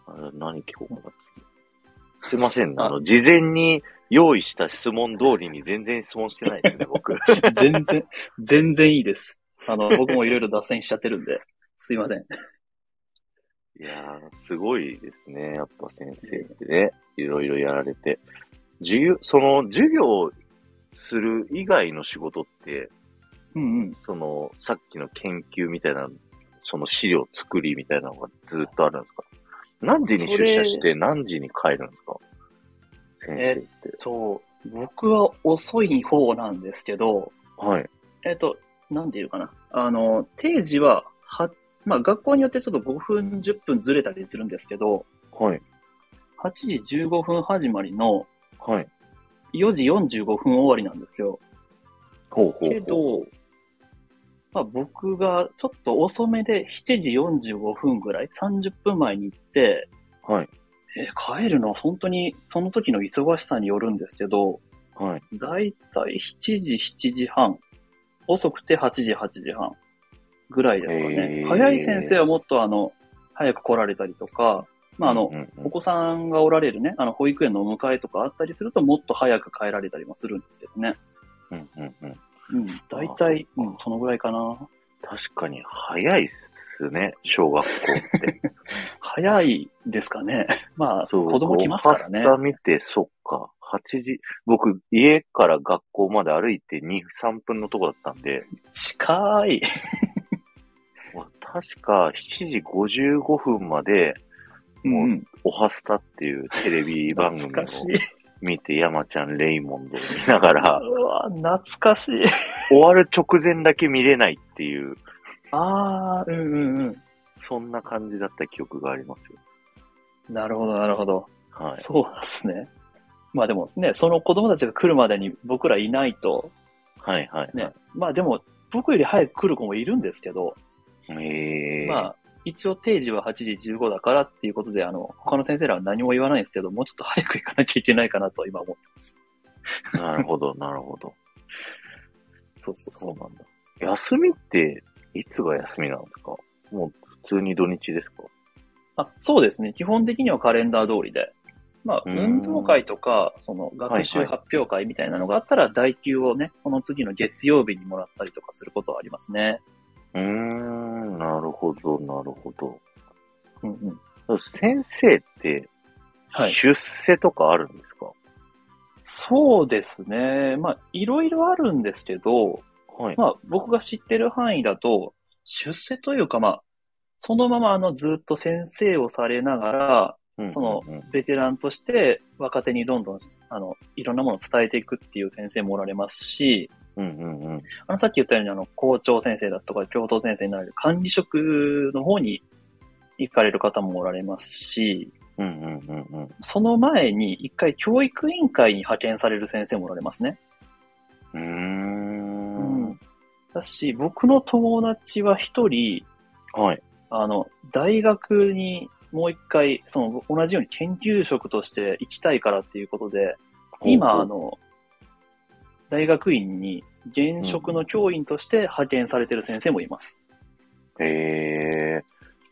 [SPEAKER 1] あ何聞こうかな。次すいませんね。あの、事前に用意した質問通りに全然質問してないですね、僕。
[SPEAKER 2] 全然、全然いいです。あの、僕もいろいろ脱線しちゃってるんで、すいません。
[SPEAKER 1] いやー、すごいですね。やっぱ先生ってね、いろいろやられて。授業、その授業する以外の仕事って、
[SPEAKER 2] うんうん。
[SPEAKER 1] その、さっきの研究みたいな、その資料作りみたいなのがずっとあるんですか何時に出社して何時に帰るんですか先生って。
[SPEAKER 2] そう、僕は遅い方なんですけど、
[SPEAKER 1] はい。
[SPEAKER 2] えっと、なんていうかな。あの、定時は、は、まあ学校によってちょっと5分、10分ずれたりするんですけど、
[SPEAKER 1] はい。
[SPEAKER 2] 8時15分始まりの
[SPEAKER 1] はい。
[SPEAKER 2] 4時45分終わりなんですよ。
[SPEAKER 1] ほうほうほう。
[SPEAKER 2] けど、まあ僕がちょっと遅めで7時45分ぐらい、30分前に行って、
[SPEAKER 1] はい。
[SPEAKER 2] え、帰るのは本当にその時の忙しさによるんですけど、
[SPEAKER 1] はい。
[SPEAKER 2] だいたい7時、7時半。遅くて8時、8時半ぐらいですか
[SPEAKER 1] へ
[SPEAKER 2] ね
[SPEAKER 1] ー。
[SPEAKER 2] 早い先生はもっとあの、早く来られたりとか、まああの
[SPEAKER 1] う、んうんう
[SPEAKER 2] お
[SPEAKER 1] ん
[SPEAKER 2] 子さんがおられるね、あの、保育園のお迎えとかあったりすると、もっと早く帰られたりもするんですけどね。
[SPEAKER 1] うんうんうん
[SPEAKER 2] うん。大体、うん、そのぐらいかな。
[SPEAKER 1] 確かに早いっすね、小学校って。
[SPEAKER 2] 早いですかね。まあ、子供来ますからね
[SPEAKER 1] パ。スタ見て、そっか、8時、僕、家から学校まで歩いて2、3分のとこだったんで、
[SPEAKER 2] 近い。
[SPEAKER 1] 確か7時55分まで、もう
[SPEAKER 2] うん、
[SPEAKER 1] おはスタっていうテレビ番組を
[SPEAKER 2] 懐かしい。
[SPEAKER 1] 見て、山ちゃん、レイモンドを見ながら、
[SPEAKER 2] うわ、懐かしい。
[SPEAKER 1] 終わる直前だけ見れないっていう、
[SPEAKER 2] あー、うんうんうん。
[SPEAKER 1] そんな感じだった記憶がありますよ。
[SPEAKER 2] なるほど、なるほど。
[SPEAKER 1] はい。
[SPEAKER 2] そうなんですね。まあでもね、その子供たちが来るまでに僕らいないと、
[SPEAKER 1] はいはい、はい
[SPEAKER 2] ね、まあでも僕より早く来る子もいるんですけど、
[SPEAKER 1] えー、
[SPEAKER 2] まあ一応定時は8時15だからっていうことで、あの、他の先生らは何も言わないんですけど、もうちょっと早く行かなきゃいけないかなと今思ってます。
[SPEAKER 1] なるほど、なるほど。
[SPEAKER 2] そうそう
[SPEAKER 1] そ
[SPEAKER 2] そうう。
[SPEAKER 1] なんだ。休みって、いつが休みなんですかもう普通に土日ですか
[SPEAKER 2] あそうですね。基本的にはカレンダー通りで。まあ、
[SPEAKER 1] うーん
[SPEAKER 2] 運動会とか、その学
[SPEAKER 1] は
[SPEAKER 2] 習
[SPEAKER 1] いは
[SPEAKER 2] 発表会みたいなのがあったら、代休をね、その次の月曜日にもらったりとかすることはありますね。
[SPEAKER 1] うーん、なるほど、なるほど。
[SPEAKER 2] うんうん。
[SPEAKER 1] 先生って、
[SPEAKER 2] はい。
[SPEAKER 1] 出世とかあるんですか
[SPEAKER 2] そうですね。まあ、いろいろあるんですけど、
[SPEAKER 1] はい。
[SPEAKER 2] まあ、僕が知ってる範囲だと、出世というか、まあ、そのままあの、ずっと先生をされながら、
[SPEAKER 1] うん
[SPEAKER 2] その
[SPEAKER 1] うんうん
[SPEAKER 2] ベテランとして若手にどんどん、あの、いろんなものを伝えていくっていう先生もおられますし、
[SPEAKER 1] うんうんうん。
[SPEAKER 2] あの、さっき言ったように、あの、校長先生だとか、教頭先生になれる管理職の方に行かれる方もおられますし、
[SPEAKER 1] うんうんうんうん
[SPEAKER 2] その前に一回教育委員会に派遣される先生もおられますね。
[SPEAKER 1] うーん。
[SPEAKER 2] だし、僕の友達は一人、
[SPEAKER 1] はい。
[SPEAKER 2] あの、大学にもう一回、その、同じように研究職として行きたいからっていうことで、今、あ
[SPEAKER 1] の、
[SPEAKER 2] の、大学院に現職の教員として派遣されてる先生もいます。
[SPEAKER 1] えー、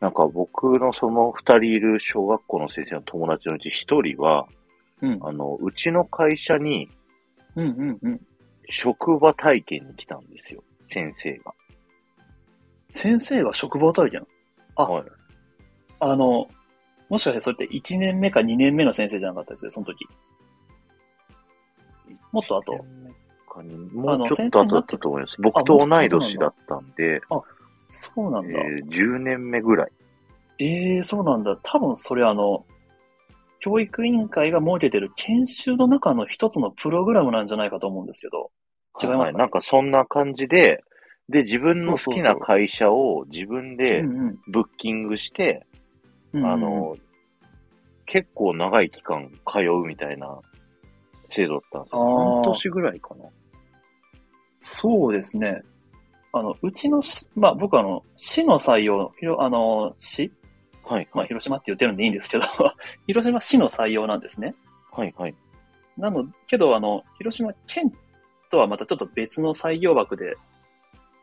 [SPEAKER 1] なんか僕のその二人いる小学校の先生の友達のうち一人は、
[SPEAKER 2] うん。
[SPEAKER 1] あの、うちの会社に
[SPEAKER 2] うんうんうん。
[SPEAKER 1] 職場体験に来たんですよ。先生が。
[SPEAKER 2] 先生が職場体験あ
[SPEAKER 1] はい。
[SPEAKER 2] あの、もしかしてそれって1年目か2年目の先生じゃなかったですよ、その時。もっと後
[SPEAKER 1] 一年目かに。も
[SPEAKER 2] あの
[SPEAKER 1] うちょっと後だったと思います。僕と同い年だったんで、
[SPEAKER 2] そうなんだ。
[SPEAKER 1] えー10年目ぐらい。
[SPEAKER 2] ええそうなんだ。多分それあの、教育委員会が設けてる研修の中の一つのプログラムなんじゃないかと思うんですけど。違いますかね
[SPEAKER 1] はなんかそんな感じで、で、自分の好きな
[SPEAKER 2] そうそうそう
[SPEAKER 1] 会社を自分で
[SPEAKER 2] うんうん
[SPEAKER 1] ブッキングして、
[SPEAKER 2] うんうん
[SPEAKER 1] あ、の、結構長い期間通うみたいな制度だったんですよ。
[SPEAKER 2] あー
[SPEAKER 1] 半年ぐらいかな。
[SPEAKER 2] そうですね。あの、うちのし、まあ僕あの、市の採用、ひろあの、市
[SPEAKER 1] はい、
[SPEAKER 2] ま
[SPEAKER 1] は
[SPEAKER 2] あ
[SPEAKER 1] い、
[SPEAKER 2] 広島って言ってるんでいいんですけど、 広島市の採用なんですね。
[SPEAKER 1] はい、はい。
[SPEAKER 2] なの、けどあの、広島県とはまたちょっと別の採用枠で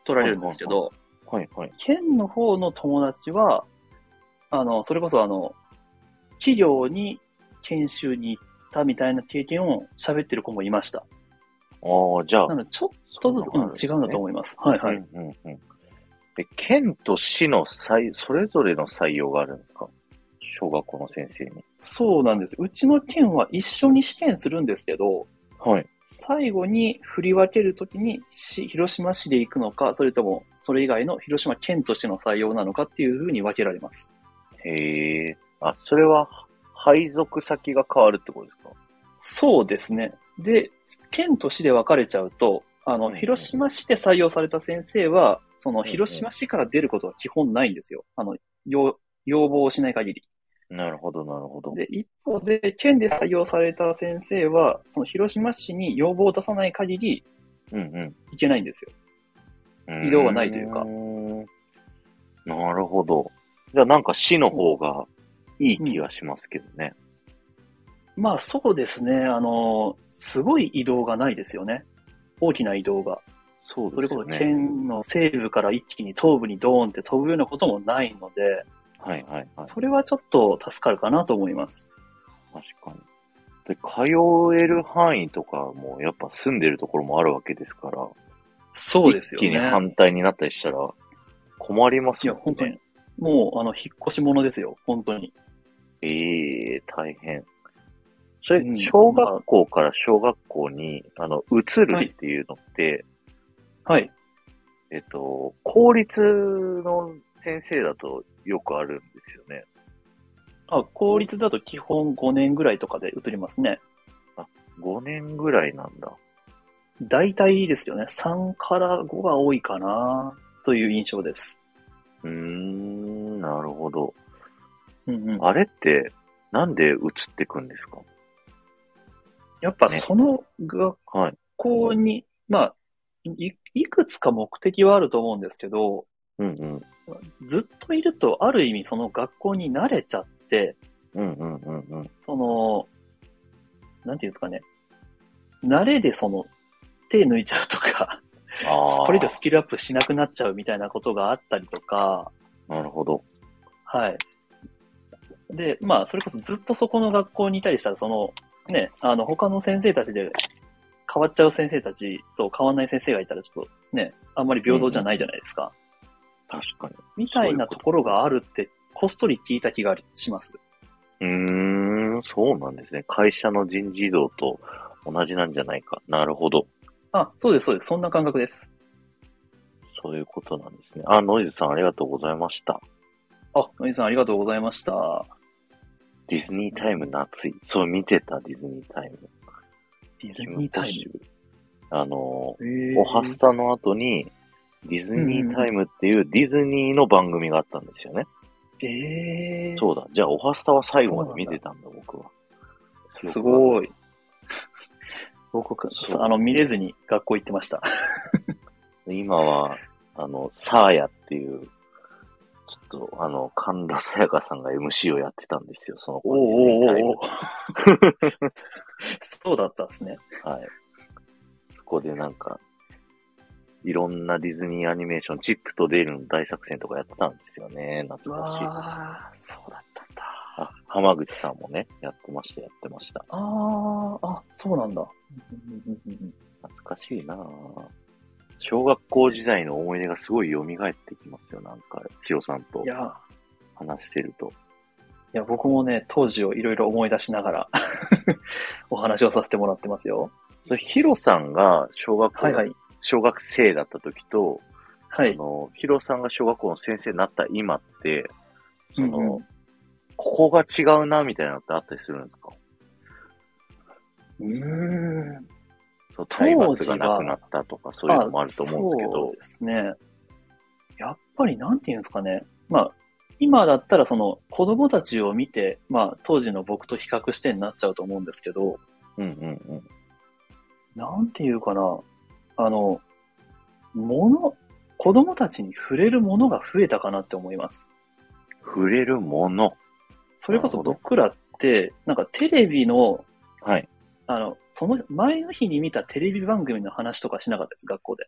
[SPEAKER 2] 取られるんですけ
[SPEAKER 1] はい
[SPEAKER 2] ど、
[SPEAKER 1] はい、はい。
[SPEAKER 2] 県の方の友達は、あの、それこそあの、企業に研修に行ったみたいな経験を喋ってる子もいました。
[SPEAKER 1] ああ、じゃあ
[SPEAKER 2] な、ので、ちょっとずつ、
[SPEAKER 1] そううなん
[SPEAKER 2] ん
[SPEAKER 1] で、す
[SPEAKER 2] 違
[SPEAKER 1] ね
[SPEAKER 2] うんだと思います。はいはい。
[SPEAKER 1] うんうんうん。で、県と市の採、それぞれの採用があるんですか小学校の先生に。
[SPEAKER 2] そうなんです。うちの県は一緒に試験するんですけど、
[SPEAKER 1] はい。
[SPEAKER 2] 最後に振り分けるときに市、広島市で行くのか、それともそれ以外の広島県としての採用なのかっていうふうに分けられます。
[SPEAKER 1] へえ。あ、それは、配属先が変わるってことですか
[SPEAKER 2] そうですね。で、県と市で分かれちゃうと、あ
[SPEAKER 1] うん
[SPEAKER 2] の、
[SPEAKER 1] うん
[SPEAKER 2] 広島市で採用された先生は、その
[SPEAKER 1] ん
[SPEAKER 2] 広島市から出ることは基本ないんですよ。あの、要、要望をしない限り。
[SPEAKER 1] なるほど、なるほど。
[SPEAKER 2] で、一方で、県で採用された先生は、その広島市に要望を出さない限り
[SPEAKER 1] うん
[SPEAKER 2] いけないんですよ。
[SPEAKER 1] うん。
[SPEAKER 2] 移動がないというか
[SPEAKER 1] ーん。なるほど。じゃあなんか市の方がいい気がしますけどね。
[SPEAKER 2] まあそうですね。あの、すごい移動がないですよね。大きな移動が。
[SPEAKER 1] そう
[SPEAKER 2] そ
[SPEAKER 1] で
[SPEAKER 2] れ
[SPEAKER 1] す
[SPEAKER 2] こ
[SPEAKER 1] よ
[SPEAKER 2] そ
[SPEAKER 1] ね。
[SPEAKER 2] 県の西部から一気に東部にドーンって飛ぶようなこともないので、
[SPEAKER 1] はいはいはい。
[SPEAKER 2] それはちょっと助かるかなと思います。
[SPEAKER 1] 確かに。で、通える範囲とかも、やっぱ住んでるところもあるわけですから、
[SPEAKER 2] そうですよ
[SPEAKER 1] 一気に
[SPEAKER 2] ね。
[SPEAKER 1] 反対になったりしたら困ります
[SPEAKER 2] いや、
[SPEAKER 1] よ
[SPEAKER 2] 本当
[SPEAKER 1] ね。
[SPEAKER 2] に。もう、あの、引っ越し物ですよ。本当に。
[SPEAKER 1] ええ大変。それ
[SPEAKER 2] う、ん
[SPEAKER 1] 小学校から小学校に、あの、移るっていうのって、
[SPEAKER 2] はい。
[SPEAKER 1] えっと、公立の先生だとよくあるんですよね。
[SPEAKER 2] あ、公立だと基本5年ぐらいとかで移りますね。
[SPEAKER 1] 5年ぐらいなんだ。
[SPEAKER 2] 大体いいですよね。3から5が多いかな、という印象です。
[SPEAKER 1] うーん、なるほど。
[SPEAKER 2] うんうん。
[SPEAKER 1] あれって、なんで移ってくんですか
[SPEAKER 2] やっぱ
[SPEAKER 1] ね
[SPEAKER 2] その学
[SPEAKER 1] はい。
[SPEAKER 2] 校に、まあ、い、いくつか目的はあると思うんですけど、
[SPEAKER 1] うんうん。
[SPEAKER 2] ずっといると、ある意味その学校に慣れちゃって、
[SPEAKER 1] うんうんうんうん。
[SPEAKER 2] その、なんていうんですかね、慣れでその、手抜いちゃうとか、
[SPEAKER 1] ああ。
[SPEAKER 2] これ以上スキルアップしなくなっちゃうみたいなことがあったりとか、
[SPEAKER 1] なるほど。
[SPEAKER 2] はい。で、まあ、それこそずっとそこの学校にいたりしたら、その、ね、あの、他の先生たちで変わっちゃう先生たちと変わんない先生がいたら、ちょっとね、あんまり平等じゃないじゃないですか。
[SPEAKER 1] 確かに。
[SPEAKER 2] みたいなところがあるって、こっそり聞いた気がします。
[SPEAKER 1] うーん、そうなんですね。会社の人事異動と同じなんじゃないか。なるほど。
[SPEAKER 2] あ、そうです、そうです。そんな感覚です。
[SPEAKER 1] そういうことなんですね。あ、ノイズさんありがとうございました。
[SPEAKER 2] あ、のりさんありがとうございました。
[SPEAKER 1] ディズニータイム夏い。そう、見てた、ディズニータイム。
[SPEAKER 2] ディズニータイ
[SPEAKER 1] ム。あの、
[SPEAKER 2] ム。へー
[SPEAKER 1] おはスタの後に、ディズニータイムっていうディズニーの番組があったんですよね。
[SPEAKER 2] えー、
[SPEAKER 1] そうだ。じゃあ、おはスタは最後まで見てたんだ、僕は。
[SPEAKER 2] すご
[SPEAKER 1] い。
[SPEAKER 2] い。僕
[SPEAKER 1] そう、
[SPEAKER 2] あの、見れずに学校行ってました。
[SPEAKER 1] 今は、あの、サーヤっていう、ちょっと、あの、神田沙也加さんが MC をやってたんですよ、その
[SPEAKER 2] お
[SPEAKER 1] 頃ディズニータイム
[SPEAKER 2] おお。 そうだったんですね。
[SPEAKER 1] はい。そこでなんか、いろんなディズニーアニメーション、チップとデールの大作戦とかやってたんですよね、懐かしい。
[SPEAKER 2] わあ、そうだったんだ。
[SPEAKER 1] あ、浜口さんもね、やってました、やってました。
[SPEAKER 2] あーあ、そうなんだ。
[SPEAKER 1] 懐かしいなぁ。小学校時代の思い出がすごい蘇ってきますよ、なんか、ヒロさんと
[SPEAKER 2] いや、
[SPEAKER 1] 話してると。
[SPEAKER 2] いや、僕もね、当時をいろいろ思い出しながら、 お話をさせてもらってますよ。
[SPEAKER 1] それヒロさんが小学校、
[SPEAKER 2] はいはい。
[SPEAKER 1] 小学生だった時と、
[SPEAKER 2] は
[SPEAKER 1] あ
[SPEAKER 2] い。
[SPEAKER 1] の、ヒロさんが小学校の先生になった今って、その、
[SPEAKER 2] うんうん
[SPEAKER 1] ここが違うな、みたいなのってあったりするんですか
[SPEAKER 2] うん。
[SPEAKER 1] そう、
[SPEAKER 2] 当時
[SPEAKER 1] 体
[SPEAKER 2] は
[SPEAKER 1] 罰がなくなったとか、そういうのもあると思うんですけ
[SPEAKER 2] そ
[SPEAKER 1] ど
[SPEAKER 2] う、ですね。やっぱり、なんていうんですかね。まあ、今だったら、その、子供たちを見て、まあ、当時の僕と比較してになっちゃうと思うんですけど、
[SPEAKER 1] うんうんうん。
[SPEAKER 2] なんていうかな、あの、もの、子供たちに触れるものが増えたかなって思います。
[SPEAKER 1] 触れるもの。
[SPEAKER 2] それこそ
[SPEAKER 1] なるほど
[SPEAKER 2] 僕らって、なんかテレビの、
[SPEAKER 1] はい。
[SPEAKER 2] あの、その前の日に見たテレビ番組の話とかしなかったです、学校で。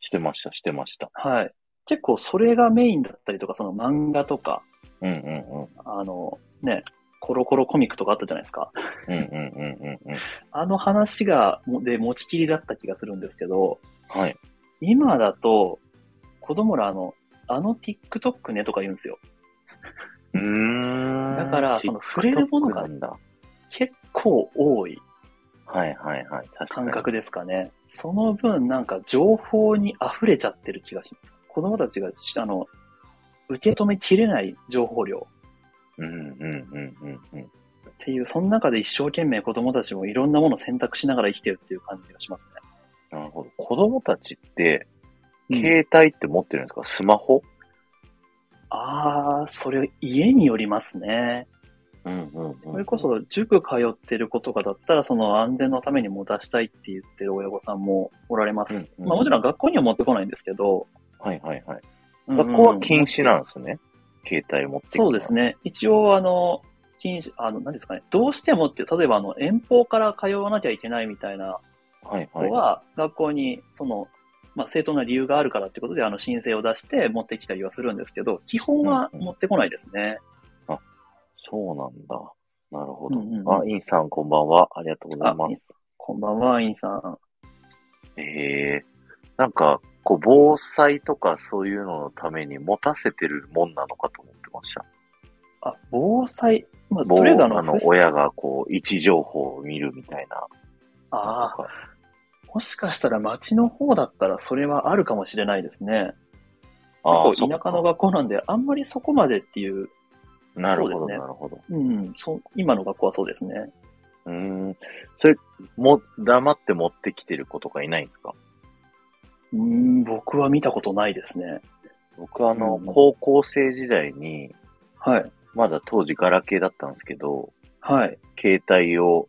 [SPEAKER 1] してました、してました。
[SPEAKER 2] はい。結構それがメインだったりとか、その漫画とか、
[SPEAKER 1] うんうんうん。
[SPEAKER 2] あの、ね、コロコロコミックとかあったじゃないですか。
[SPEAKER 1] うんうんうんうんうん。
[SPEAKER 2] あの話が、もで、持ちきりだった気がするんですけど、
[SPEAKER 1] はい。
[SPEAKER 2] 今だと、子供らあの、あの TikTok ねとか言うんですよ。
[SPEAKER 1] うーん。
[SPEAKER 2] だからその触れるものが
[SPEAKER 1] TikTok なんだ。
[SPEAKER 2] 結構多い。
[SPEAKER 1] はいはいはい。確か
[SPEAKER 2] 感
[SPEAKER 1] に。
[SPEAKER 2] 覚ですかね。その分、なんか情報に溢れちゃってる気がします。子供たちが、あの、受け止めきれない情報量
[SPEAKER 1] うんうんうんうんうん。
[SPEAKER 2] っていう、その中で一生懸命子供たちもいろんなものを選択しながら生きてるっていう感じがします
[SPEAKER 1] なるほど。子供たちって、
[SPEAKER 2] ね。
[SPEAKER 1] 携帯って持ってるんですか、スマホ
[SPEAKER 2] ああ、それ家によりますね。
[SPEAKER 1] うんうん、うん。
[SPEAKER 2] それこそ塾通ってる子とかだったら、その安全のために持たしたいって言ってる親御さんもおられます。
[SPEAKER 1] うんうん
[SPEAKER 2] まあもちろん学校には持ってこないんですけど。
[SPEAKER 1] はいはいはい。
[SPEAKER 2] 学
[SPEAKER 1] 学校は禁止なんですね。携帯持って
[SPEAKER 2] そうです
[SPEAKER 1] ね。
[SPEAKER 2] ね。一応、あの、禁止、あの、何ですかね。どうしてもっていう、例えば、あの、遠方から通わなきゃいけないみたいな
[SPEAKER 1] はい
[SPEAKER 2] 子
[SPEAKER 1] はい。
[SPEAKER 2] は、学校に、その、まあ、正当な理由があるからってことで、あの、申請を出して持ってきたりはするんですけど、基本は
[SPEAKER 1] うんうん
[SPEAKER 2] 持ってこないですね。
[SPEAKER 1] そうなんだ。なるほど。
[SPEAKER 2] うんうんうん
[SPEAKER 1] あ、インさんこんばんは。ありがとうございま
[SPEAKER 2] あこんばんは、インさん。
[SPEAKER 1] す。へえなんか、こう、防災とかそういうののために持たせてるもんなのかと思ってました。
[SPEAKER 2] あ、防災。まあ、
[SPEAKER 1] 防
[SPEAKER 2] とりあえずあの、
[SPEAKER 1] あの
[SPEAKER 2] ふ、す
[SPEAKER 1] 親がこう、位置情報を見るみたいな。
[SPEAKER 2] ああ、もしかしたら町の方だったらそれはあるかもしれないですね。
[SPEAKER 1] あー
[SPEAKER 2] 結構田舎の
[SPEAKER 1] そっか
[SPEAKER 2] 学校なんで、あんまりそこまでっていう、
[SPEAKER 1] なるほ
[SPEAKER 2] そ
[SPEAKER 1] ど、
[SPEAKER 2] うですね
[SPEAKER 1] なるほど。
[SPEAKER 2] うん、そう今の学校はそうですね。
[SPEAKER 1] うーん。それ、も、黙って持ってきてる子とかいないんですか
[SPEAKER 2] うーん、僕は見たことないですね。
[SPEAKER 1] 僕あの、
[SPEAKER 2] うん
[SPEAKER 1] 高校生時代に、
[SPEAKER 2] はい。
[SPEAKER 1] まだ当時ガラケーだったんですけど、
[SPEAKER 2] はい。
[SPEAKER 1] 携帯を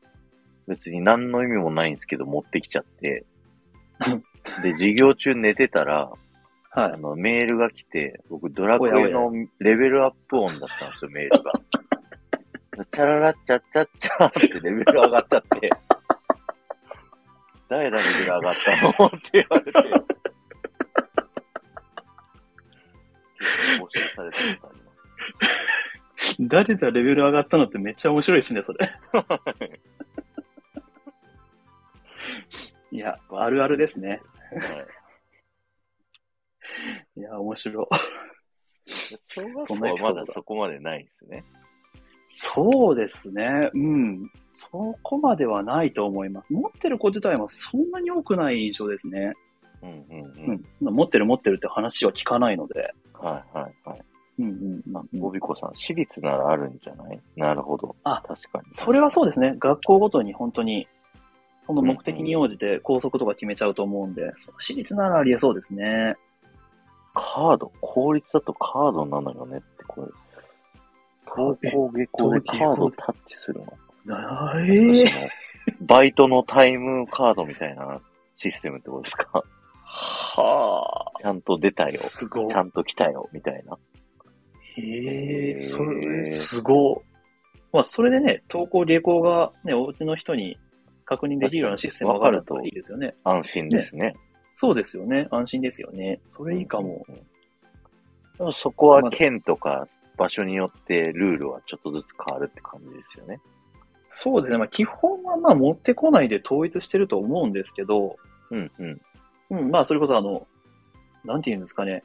[SPEAKER 1] 別に何の意味もないんですけど持ってきちゃって、で、授業中寝てたら、
[SPEAKER 2] は
[SPEAKER 1] あ
[SPEAKER 2] い。
[SPEAKER 1] の、メールが来て、僕ドラクエ
[SPEAKER 2] おや
[SPEAKER 1] のレベルアップ音だったんですよ、メールが。チャララッチャッチャッチャーってレベル上がっちゃって、誰だレベル上がったのって言われて、結構募集されたことあります。
[SPEAKER 2] 誰だレベル上がったのってめっちゃ面白いで すね、それ。いや、あるあるですね。
[SPEAKER 1] はい
[SPEAKER 2] いや、面白い。
[SPEAKER 1] 小学
[SPEAKER 2] そ
[SPEAKER 1] 校
[SPEAKER 2] んなエ
[SPEAKER 1] は
[SPEAKER 2] ピソード
[SPEAKER 1] ま
[SPEAKER 2] だ
[SPEAKER 1] だそこまでないんですね。
[SPEAKER 2] そうですね。うん。そこまではないと思います。持ってる子自体はそんなに多くない印象ですね。
[SPEAKER 1] うんうん
[SPEAKER 2] う
[SPEAKER 1] うん。
[SPEAKER 2] ん。そんな持ってる持ってるって話は聞かないので。
[SPEAKER 1] はいはいはい。
[SPEAKER 2] うんうんうんうん。
[SPEAKER 1] ボビコさん、私立ならあるんじゃないなるほど。
[SPEAKER 2] あ
[SPEAKER 1] 確かに。
[SPEAKER 2] それはそうですね。学校ごとに本当に、その目的に応じて校則とか決めちゃうと思うんで、その私立ならありえそうですね。
[SPEAKER 1] カード、公立だとカードなのよねって、これ。登校下校でカードタッチするの。
[SPEAKER 2] な
[SPEAKER 1] そ
[SPEAKER 2] え
[SPEAKER 1] のバイトのタイムカードみたいなシステムってことですか
[SPEAKER 2] は
[SPEAKER 1] ちゃんと出た
[SPEAKER 2] あ。
[SPEAKER 1] よ。ち
[SPEAKER 2] すごい。
[SPEAKER 1] ゃんと来たよ、みたいな。
[SPEAKER 2] へえ、そ
[SPEAKER 1] へえ
[SPEAKER 2] れ、すごい。まあ、それでね、登校、下校がね、お家の人に確認できるようなシステムがあるといいですよね。
[SPEAKER 1] 安心ですね。
[SPEAKER 2] そうですよね。安心ですよね。それいいかも。
[SPEAKER 1] うんうんうん。でもそこは県とか場所によってルールはちょっとずつ変わるって感じですよね。
[SPEAKER 2] そうですね。まあ、基本はまあ、持ってこないで統一してると思うんですけど、
[SPEAKER 1] うんうん。
[SPEAKER 2] うん、まあ、それこそあの、なんていうんですかね、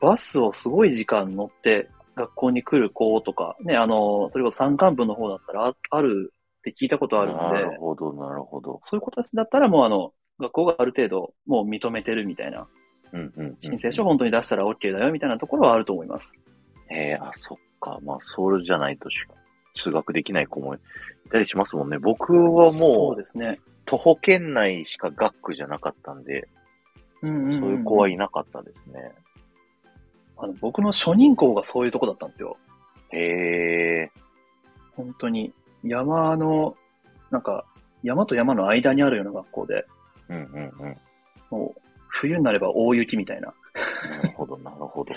[SPEAKER 2] バスをすごい時間乗って学校に来る子とか、ね、あの、それこそ山間部の方だったらああるって聞いたことあるの
[SPEAKER 1] なる
[SPEAKER 2] で、
[SPEAKER 1] ほど、なるほど。
[SPEAKER 2] そういう子たちだったらもうあの、学校がある程度もう認めてるみたいな、
[SPEAKER 1] うんうん、うん。
[SPEAKER 2] 申請書本当に出したら OK だよみたいなところはあると思います。
[SPEAKER 1] ええあ、そっか。まあ、それじゃないとし通学できない子もいたりしますもんね。僕は
[SPEAKER 2] そう
[SPEAKER 1] もう、
[SPEAKER 2] ですね。
[SPEAKER 1] 徒歩圏内しか学区じゃなかったんで、
[SPEAKER 2] うん
[SPEAKER 1] そういう子はいなかったですね。
[SPEAKER 2] あの僕の初任校がそういうとこだったんですよ。
[SPEAKER 1] へえ
[SPEAKER 2] 本当に。山の、なんか、山と山の間にあるような学校で、
[SPEAKER 1] うんうんうん。
[SPEAKER 2] もう、冬になれば大雪みたいな。
[SPEAKER 1] なるほど、なるほど。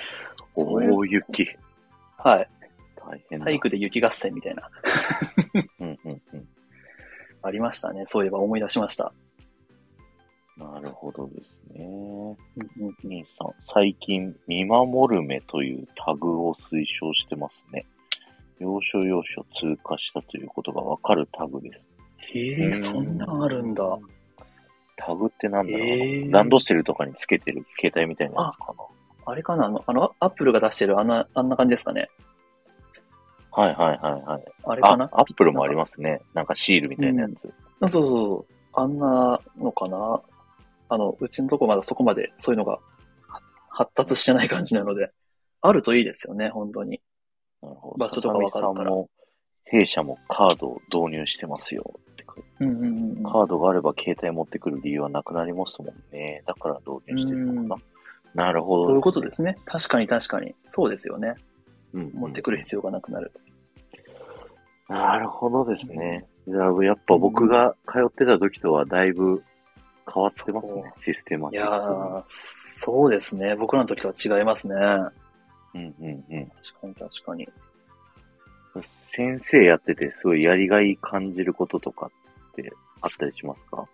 [SPEAKER 2] そういう
[SPEAKER 1] 大雪。
[SPEAKER 2] はい。
[SPEAKER 1] 大変だ。
[SPEAKER 2] 体育で雪合戦みたいな。
[SPEAKER 1] うんうんうん。
[SPEAKER 2] ありましたね。そういえば思い出しました。
[SPEAKER 1] なるほどですね。
[SPEAKER 2] うんうん
[SPEAKER 1] 兄さん、最近、見守る目というタグを推奨してますね。要所要所通過したということがわかるタグです。
[SPEAKER 2] へえ、そんなんあるんだ。
[SPEAKER 1] タグってなんだろうな、
[SPEAKER 2] えー
[SPEAKER 1] ランドセルとかにつけてる携帯みたいなやつか
[SPEAKER 2] あれかなあの、あの、アップルが出してるあんな、あんな感じですかね。
[SPEAKER 1] なはいはいはいはい。
[SPEAKER 2] あれかな
[SPEAKER 1] あ、アップルもありますね。なんかシールみたいなやつ。
[SPEAKER 2] あそうそうそう。あんなのかな。あの、うちのとこまだそこまでそういうのがは発達してない感じなので、あるといいですよね、本当に。
[SPEAKER 1] なるほど。
[SPEAKER 2] 場所とかわかるから
[SPEAKER 1] さんも、弊社もカードを導入してますよって書いて
[SPEAKER 2] うんうんうんうん。
[SPEAKER 1] カードがあれば携帯持ってくる理由はなくなりますもんね。だから導入してるのかな。なるほど、
[SPEAKER 2] そういうことですね。確かに確かに。そうですよね。
[SPEAKER 1] うんうん。
[SPEAKER 2] 持ってくる必要がなくなる。
[SPEAKER 1] なるほどですね。だいぶやっぱ僕が通ってた時とはだいぶ変わってますね。システマ
[SPEAKER 2] い
[SPEAKER 1] ティ
[SPEAKER 2] や
[SPEAKER 1] ッ
[SPEAKER 2] ー、そうですね。僕らの時とは違いますね。
[SPEAKER 1] クに。うんうんうん。
[SPEAKER 2] 確かに確かに。
[SPEAKER 1] 先生やっててすごいやりがい感じることとかってあったりしますか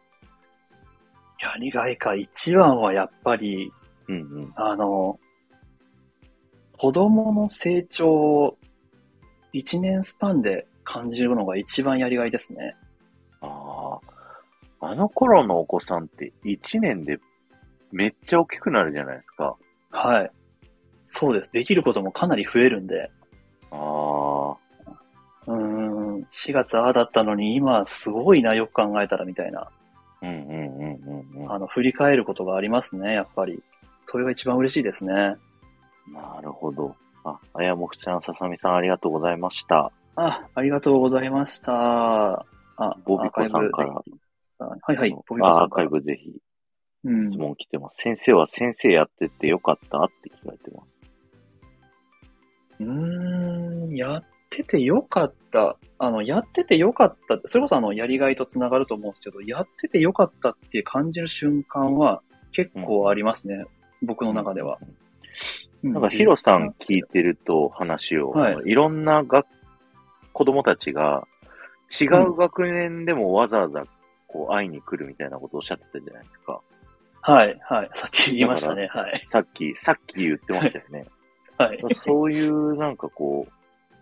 [SPEAKER 2] やりがいか。一番はやっぱり、
[SPEAKER 1] うんうん。
[SPEAKER 2] あの、子供の成長を一年スパンで感じるのが一番やりがいですね。
[SPEAKER 1] ああ。あの頃のお子さんって1年でめっちゃ大きくなるじゃないですか。
[SPEAKER 2] はい。そうです。できることもかなり増えるんで。
[SPEAKER 1] ああ。
[SPEAKER 2] うーん。4月ああだったのに今すごいな、よく考えたらみたいな。
[SPEAKER 1] うんうんうんうんうん。
[SPEAKER 2] あの、振り返ることがありますね、やっぱり。それが一番嬉しいですね。
[SPEAKER 1] なるほど。あ、あやもふちゃん、ささみさん、ありがとうございました。
[SPEAKER 2] あ、ありがとうございました。あ、
[SPEAKER 1] ボビコさんから
[SPEAKER 2] アーカイブできたはいはい、ボビコ
[SPEAKER 1] あ
[SPEAKER 2] さ
[SPEAKER 1] ア
[SPEAKER 2] ん
[SPEAKER 1] ー
[SPEAKER 2] か
[SPEAKER 1] カイ
[SPEAKER 2] ら。
[SPEAKER 1] ブぜひ
[SPEAKER 2] うん
[SPEAKER 1] 質。問来てます。先生は先生やっててよかったって聞かれてます。
[SPEAKER 2] うーん、やっててよかった。あの、やっててよかったって、それこそあの、やりがいとつながると思うんですけど、やっててよかったっていう感じる瞬間は結構ありますね。僕の中では。。
[SPEAKER 1] な
[SPEAKER 2] なん
[SPEAKER 1] か、ヒロさん聞いてると話を、、
[SPEAKER 2] はい
[SPEAKER 1] ろんなが子供たちが違う学年でもわざわざこう会いに来るみたいなことをおっしゃってたじゃないですか。
[SPEAKER 2] はい、はい。さっき言いましたね。はい。
[SPEAKER 1] さっき、さっき言ってましたよね。
[SPEAKER 2] はい。
[SPEAKER 1] そういうなんかこう、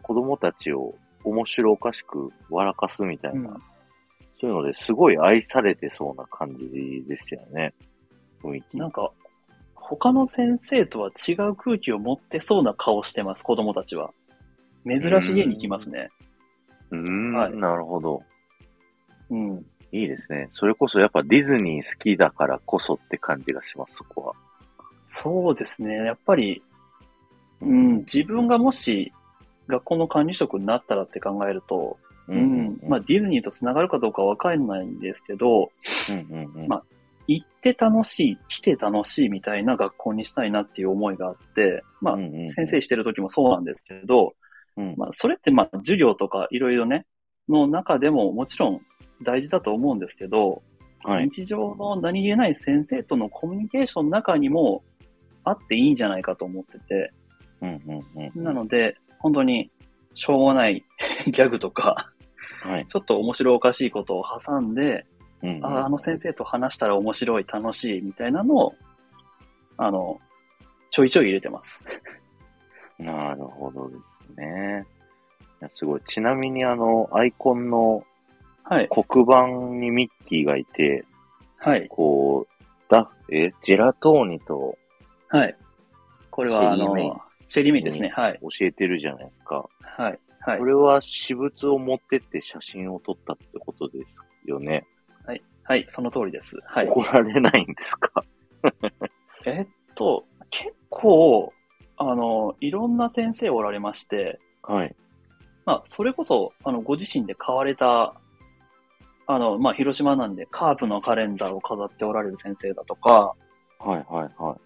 [SPEAKER 1] 子供たちを面白おかしく笑かすみたいな、そういうのですごい愛されてそうな感じでしたよね。雰囲気。
[SPEAKER 2] なんか、他の先生とは違う空気を持ってそうな顔してます、子供たちは。珍しい家に行きますね。
[SPEAKER 1] うーん、
[SPEAKER 2] はい
[SPEAKER 1] なるほど。
[SPEAKER 2] うん。
[SPEAKER 1] いいですね。それこそやっぱディズニー好きだからこそって感じがします、そこは。
[SPEAKER 2] そうですね。やっぱり、うん、自分がもし学校の管理職になったらって考えると、
[SPEAKER 1] う
[SPEAKER 2] うん
[SPEAKER 1] ん。
[SPEAKER 2] まあディズニーと繋がるかどうかわかんないんですけど、
[SPEAKER 1] うんうんうん。
[SPEAKER 2] まあ行って楽しい、来て楽しいみたいな学校にしたいなっていう思いがあって、まあ、先生してる時もそうなんですけど、
[SPEAKER 1] うん
[SPEAKER 2] まあ、それってまあ授業とかいろいろね、の中でももちろん大事だと思うんですけど、
[SPEAKER 1] はい。
[SPEAKER 2] 日常の何気ない先生とのコミュニケーションの中にもあっていいんじゃないかと思ってて、
[SPEAKER 1] うんうんうん。
[SPEAKER 2] なので、本当に、しょうもない ギャグとか、
[SPEAKER 1] はい。
[SPEAKER 2] ちょっと面白おかしいことを挟んで、
[SPEAKER 1] うんうん
[SPEAKER 2] ああの先生と話したら面白い、楽しいみたいなのを、あの、ちょいちょい入れてます。
[SPEAKER 1] なるほどですね。いやすごい。ちなみにあの、アイコンの
[SPEAKER 2] はい。
[SPEAKER 1] 黒板にミッキーがいて、
[SPEAKER 2] はい。
[SPEAKER 1] こう、ダッえ、ジェラトーニと
[SPEAKER 2] はい。これは、あ
[SPEAKER 1] シェリーメイ
[SPEAKER 2] の、シェリーメイですね。はい。
[SPEAKER 1] 教えてるじゃないですか。
[SPEAKER 2] はい。はい
[SPEAKER 1] こ。れは私物を持ってって写真を撮ったってことですよね。
[SPEAKER 2] はい。その通りです。はい。
[SPEAKER 1] 怒られないんですか
[SPEAKER 2] えっと、結構、あの、いろんな先生おられまして、
[SPEAKER 1] はい。
[SPEAKER 2] まあ、それこそ、あの、ご自身で買われた、あの、まあ、広島なんで、カープのカレンダーを飾っておられる先生だとか、
[SPEAKER 1] はいはいはい。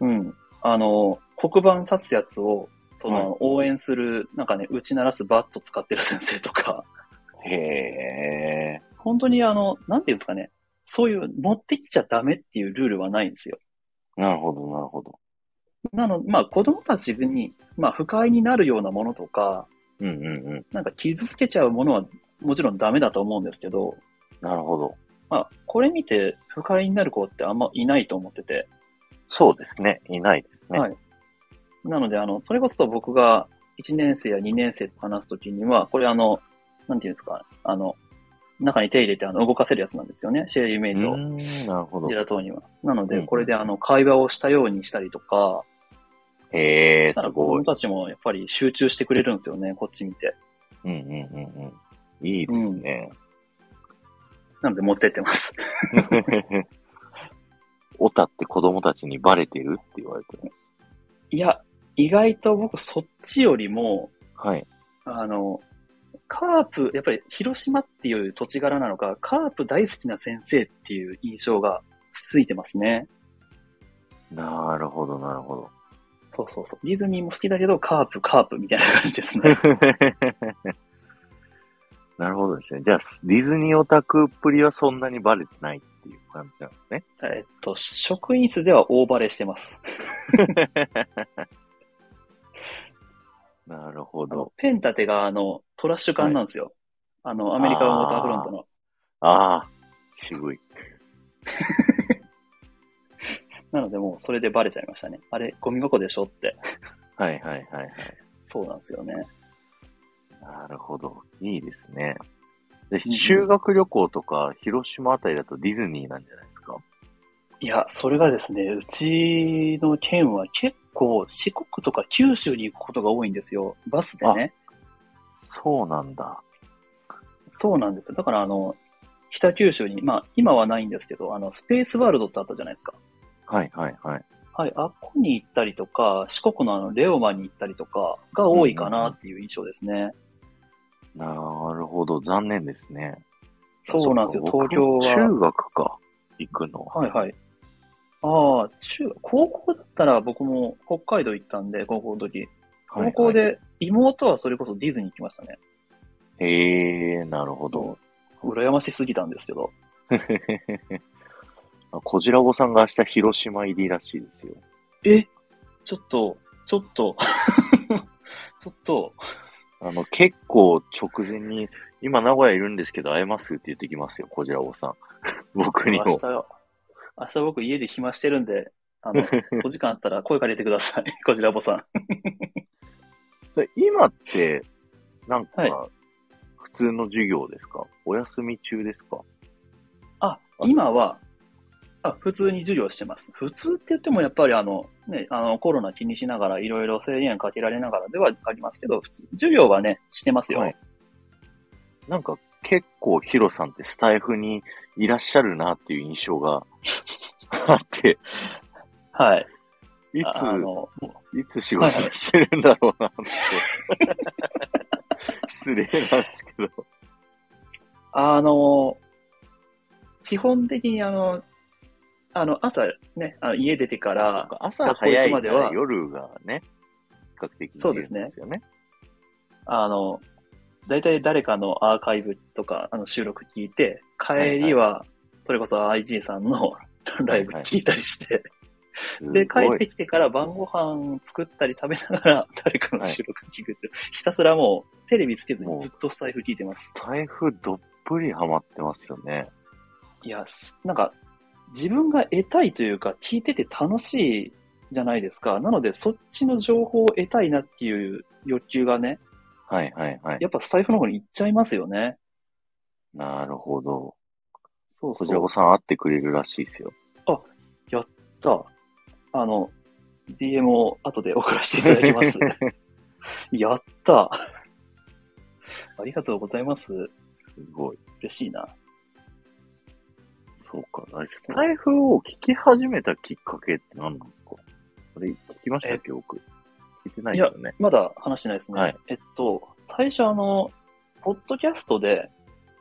[SPEAKER 2] うん、あの、黒板刺すやつを、その、応援する、なんかね、打ち鳴らすバット使ってる先生とか、
[SPEAKER 1] へえ。
[SPEAKER 2] 本当にあの、なんていうんですかね、そういう、持ってきちゃダメっていうルールはないんですよ。
[SPEAKER 1] なるほど、なるほど。
[SPEAKER 2] なので、まあ、子供たちに、まあ、不快になるようなものとか、
[SPEAKER 1] うんうんうん。
[SPEAKER 2] なんか傷つけちゃうものはもちろんダメだと思うんですけど、
[SPEAKER 1] なるほど。
[SPEAKER 2] まあ、これ見て不快になる子ってあんまいないと思ってて、
[SPEAKER 1] そうですね。いないですね。
[SPEAKER 2] はいなので、あの、それこそ僕が1年生や2年生と話すときには、これあの、なんていうんですか、あの、中に手入れてあの動かせるやつなんですよね。シェリーメイ
[SPEAKER 1] う
[SPEAKER 2] と
[SPEAKER 1] ーん、なるほど
[SPEAKER 2] ジェ。ラトーニは。なの
[SPEAKER 1] う
[SPEAKER 2] で、
[SPEAKER 1] ん
[SPEAKER 2] これであの、会話をしたようにしたりとか、
[SPEAKER 1] へえ、
[SPEAKER 2] したら
[SPEAKER 1] す
[SPEAKER 2] 子
[SPEAKER 1] ご
[SPEAKER 2] 供
[SPEAKER 1] い。
[SPEAKER 2] たちもやっぱり集中してくれるんですよね、こっち見て。
[SPEAKER 1] うんうんうんうん。いいですね。
[SPEAKER 2] なので持ってってます。
[SPEAKER 1] オタって子供たちにバレてるって言われてね。
[SPEAKER 2] いや、意外と僕そっちよりも、
[SPEAKER 1] はい。
[SPEAKER 2] あの、カープ、やっぱり広島っていう土地柄なのか、カープ大好きな先生っていう印象がついてますね。
[SPEAKER 1] なるほど、なるほど。
[SPEAKER 2] そうそうそう。ディズニーも好きだけど、カープ、カープみたいな感じですね。
[SPEAKER 1] なるほどですね。じゃあ、ディズニーオタクっぷりはそんなにバレてないっていう感じなんですね。
[SPEAKER 2] えっと、職員室では大バレしてます。
[SPEAKER 1] なるほ
[SPEAKER 2] あの
[SPEAKER 1] ど。
[SPEAKER 2] ペン立てがあの、トラッシュ缶なんですよ。あの、アメリカンウォーターフロントの。
[SPEAKER 1] ああ、渋い。
[SPEAKER 2] なのでもうそれでバレちゃいましたね。あれ、ゴミ箱でしょって。
[SPEAKER 1] はいはいはいはい。
[SPEAKER 2] そうなんですよね。
[SPEAKER 1] なるほど。いいですね。で
[SPEAKER 2] うん
[SPEAKER 1] 修学旅行とか、広島あたりだとディズニーなんじゃないですか。
[SPEAKER 2] いや、それがですね、うちの県は結構四国とか九州に行くことが多いんですよ。バスでね。
[SPEAKER 1] そうなんだ。
[SPEAKER 2] そうなんですよ。だからあの、北九州に、まあ今はないんですけど、あの、スペースワールドってあったじゃないですか。
[SPEAKER 1] はいはいはい。
[SPEAKER 2] はい、あっこに行ったりとか、四国のあの、レオマに行ったりとかが多いかなっていう印象ですね。
[SPEAKER 1] なるほど。残念ですね。
[SPEAKER 2] そうなんですよ。
[SPEAKER 1] そっか
[SPEAKER 2] 東京
[SPEAKER 1] 僕
[SPEAKER 2] は。
[SPEAKER 1] 中学か。行くの。
[SPEAKER 2] はいはい。ああ、中、高校だったら僕も北海道行ったんで、高校の時。
[SPEAKER 1] はいは
[SPEAKER 2] 高
[SPEAKER 1] い
[SPEAKER 2] 校。で、妹はそれこそディズニー行きましたね。
[SPEAKER 1] へえ、なるほど。
[SPEAKER 2] 羨ましすぎたんですけど。
[SPEAKER 1] あこじらぼさんが明日広島入りらしいですよ。
[SPEAKER 2] えちょっと、ちょっと、 ちょっと、
[SPEAKER 1] あの、結構直前に、今名古屋いるんですけど会えますって言ってきますよ、こじらぼさん。 僕に
[SPEAKER 2] 明
[SPEAKER 1] も
[SPEAKER 2] 日。、明日僕家で暇してるんで、あ の、お時間あったら声かけてください。 こちらぼさん。
[SPEAKER 1] で今って、なんか、
[SPEAKER 2] はい
[SPEAKER 1] 普通の授業ですかお休み中ですか
[SPEAKER 2] あ、今は、あ、普通に授業してます。普通って言ってもやっぱりあの、ね、あの、コロナ気にしながらいろいろ制限かけられながらではありますけど、普通、授業はね、してますよ。
[SPEAKER 1] はいなんか、結構ヒロさんってスタイフにいらっしゃるなっていう印象 があって、
[SPEAKER 2] はい。
[SPEAKER 1] い
[SPEAKER 2] ああの、
[SPEAKER 1] つ、いつ仕事してるんだろうな って。失礼なんですけど。
[SPEAKER 2] あの、基本的にあの、あの、朝ね、あの家出てか
[SPEAKER 1] なん
[SPEAKER 2] ら、
[SPEAKER 1] か朝早いか
[SPEAKER 2] 学校行くまでは
[SPEAKER 1] ら夜がね、比較的
[SPEAKER 2] そうですね
[SPEAKER 1] 自由よね。
[SPEAKER 2] あの、大体誰かのアーカイブとか、あの、収録聞いて、帰りは、それこそ IG さんの ライブ聞いたりして、で、帰って
[SPEAKER 1] き
[SPEAKER 2] きてから晩ご飯作ったり食べながら誰かの収録聞くって、ひたすらもうテレビつけず
[SPEAKER 1] もう
[SPEAKER 2] にずっとスタイフ聞いてます。
[SPEAKER 1] 台風どっぷりハマってますよね。
[SPEAKER 2] いや、すなんか自分が得たいというか聞いてて楽しいじゃないですか。なのでそっちの情報を得たいなっていう欲求がね、
[SPEAKER 1] はいはいはい。
[SPEAKER 2] やっぱスタイフの方に行っちゃいますよね。
[SPEAKER 1] なるほど。
[SPEAKER 2] そうそ
[SPEAKER 1] 小
[SPEAKER 2] う
[SPEAKER 1] こ。さん会ってくれるらしいですよ。
[SPEAKER 2] だあの、DM を後で送らせていただ きます。やった。ありがとうございます。
[SPEAKER 1] すごい。
[SPEAKER 2] 嬉しいな。
[SPEAKER 1] そうか。台風を聞き始めたきっかけって何なんですかこれ聞きましたっけ僕。聞いてないですよね。
[SPEAKER 2] まだ話してないですね。
[SPEAKER 1] はい
[SPEAKER 2] えっと、最初あの、ポッドキャストで、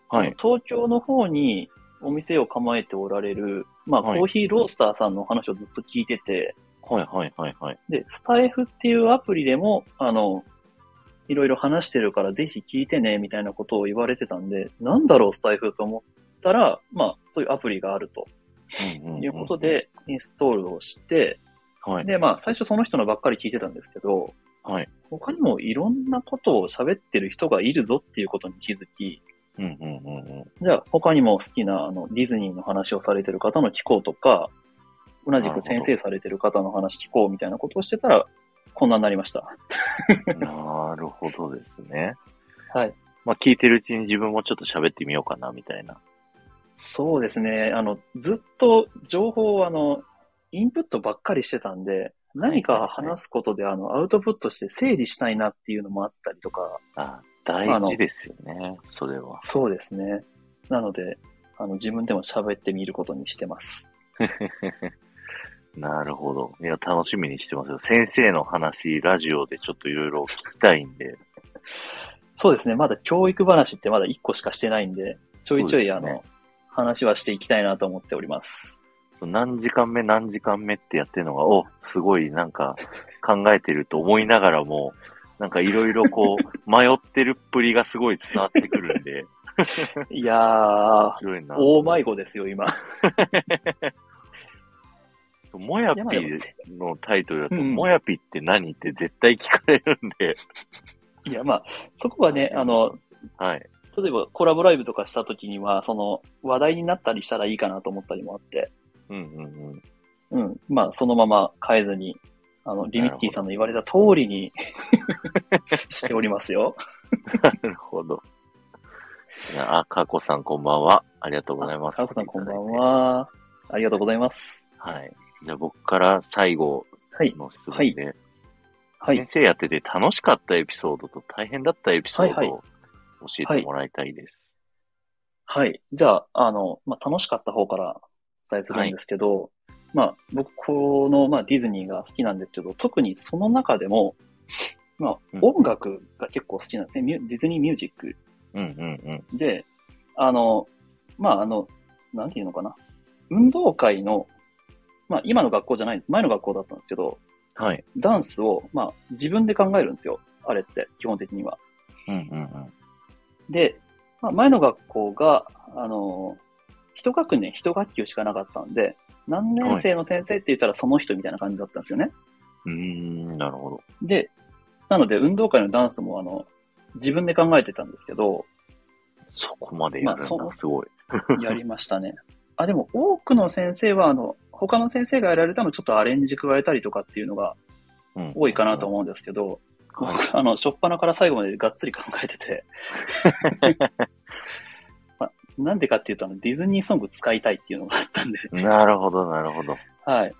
[SPEAKER 1] はい。
[SPEAKER 2] 東京の方にお店を構えておられる、まあ、
[SPEAKER 1] はい
[SPEAKER 2] コーヒーロースターさんの話をずっと聞いてて、
[SPEAKER 1] はいはいはいはい。
[SPEAKER 2] で、スタイフっていうアプリでも、あの、いろいろ話してるからぜひ聞いてね、みたいなことを言われてたんで、なんだろう、スタイフと思ったら、まあ、そういうアプリがあると
[SPEAKER 1] うんうんん
[SPEAKER 2] いうこと。で、インストールをして、
[SPEAKER 1] はい。
[SPEAKER 2] で、まあ、最初その人のばっかり聞いてたんですけど、
[SPEAKER 1] はい。
[SPEAKER 2] 他にもいろんなことを喋ってる人がいるぞっていうことに気づき、
[SPEAKER 1] うんうんうんうん。
[SPEAKER 2] じゃあ他にも好きなあのディズニーの話をされてる方の聞こうとか、同じく先生されてる方の話聞こうみたいなことをしてたら、こんなになりました。
[SPEAKER 1] なるほどですね。
[SPEAKER 2] はい。
[SPEAKER 1] まあ聞いてるうちに自分もちょっと喋ってみようかな、みたいな。
[SPEAKER 2] そうですね。あの、ずっと情報をあの、インプットばっかりしてたんで、何か話すことであの、アウトプットして整理したいなっていうのもあったりとか、
[SPEAKER 1] あ、大事ですよね。それは。
[SPEAKER 2] そうですね。なので、あの、自分でも喋ってみることにしてます。
[SPEAKER 1] なるほど。いや、楽しみにしてますよ。先生の話、ラジオでちょっといろいろ聞きたいんで。
[SPEAKER 2] そうですね。まだ教育話ってまだ1個しかしてないんで、ちょいちょい、
[SPEAKER 1] そう
[SPEAKER 2] あ
[SPEAKER 1] ですね
[SPEAKER 2] の、話はしていきたいなと思ってお ります。
[SPEAKER 1] その何時間目何時間目ってやってるのが、お、すごいなんか考えてると思いながらも、なんかいろいろこう、迷ってるっぷりがすごい伝わってくるんで、
[SPEAKER 2] いやー
[SPEAKER 1] 面、白いな。
[SPEAKER 2] 大迷子ですよ、今。
[SPEAKER 1] もやぴ
[SPEAKER 2] いやまあでもせ
[SPEAKER 1] のタイトルだと、
[SPEAKER 2] うん
[SPEAKER 1] もやぴって何って絶対聞かれるんで、
[SPEAKER 2] いや、まあ、そこはね、あの、
[SPEAKER 1] はい。
[SPEAKER 2] 例えばコラボライブとかした時には、その、話題になったりしたらいいかなと思ったりもあって、
[SPEAKER 1] うんうんうん。
[SPEAKER 2] うん。まあ、そのまま変えずに、あの、リミッキーさんの言われた通りに しておりますよ。
[SPEAKER 1] なるほど。いやあ、かこさんこんばんは。ありがとうございます。
[SPEAKER 2] かこさんこんばん
[SPEAKER 1] いただいて。
[SPEAKER 2] は。ありがとうございます。
[SPEAKER 1] はい。じゃあ僕から最後
[SPEAKER 2] はい。
[SPEAKER 1] の質問で、
[SPEAKER 2] はい
[SPEAKER 1] 先。生やってて楽しかったエピソードと大変だったエピソー
[SPEAKER 2] はい
[SPEAKER 1] ド
[SPEAKER 2] は
[SPEAKER 1] を教えてもらいたいです。
[SPEAKER 2] はい。じゃあ、あの、まあ、楽しかった方からお伝えするんですけど、まあ、僕、この、まあ、ディズニーが好きなんですけど、特にその中でも、まあ
[SPEAKER 1] うん、
[SPEAKER 2] 音楽が結構好きなんですね。ミュディズニーミュージック
[SPEAKER 1] うんうんうん。
[SPEAKER 2] で、あの、まあ、あの、なんていうのかな。運動会の、まあ、今の学校じゃないんです。前の学校だったんですけど、
[SPEAKER 1] はい。
[SPEAKER 2] ダンスを、まあ、自分で考えるんですよ。あれって、基本的には。
[SPEAKER 1] うんうん
[SPEAKER 2] で、まあ、前の学校が、あのー一学年一学級しかなかったんで、何年生の先生って言ったらその人みたいな感じだったんですよね。
[SPEAKER 1] うん。うーん、なるほど。
[SPEAKER 2] で、なので運動会のダンスもあの、自分で考えてたんですけど、
[SPEAKER 1] そこまでやるん
[SPEAKER 2] まあ
[SPEAKER 1] だ、すごい。
[SPEAKER 2] やりましたね。あ、でも多くの先生はあの、他の先生がやられたのちょっとアレンジ加えたりとかっていうのが
[SPEAKER 1] うん
[SPEAKER 2] 多いかなと思うんですけど、
[SPEAKER 1] はい
[SPEAKER 2] 僕あの、初っ端から最後までがっつり考えてて。 まあなんでかっていうと、あの、ディズニーソング使いたいっていうのがあったんで、
[SPEAKER 1] なるほど、なるほど。
[SPEAKER 2] はい。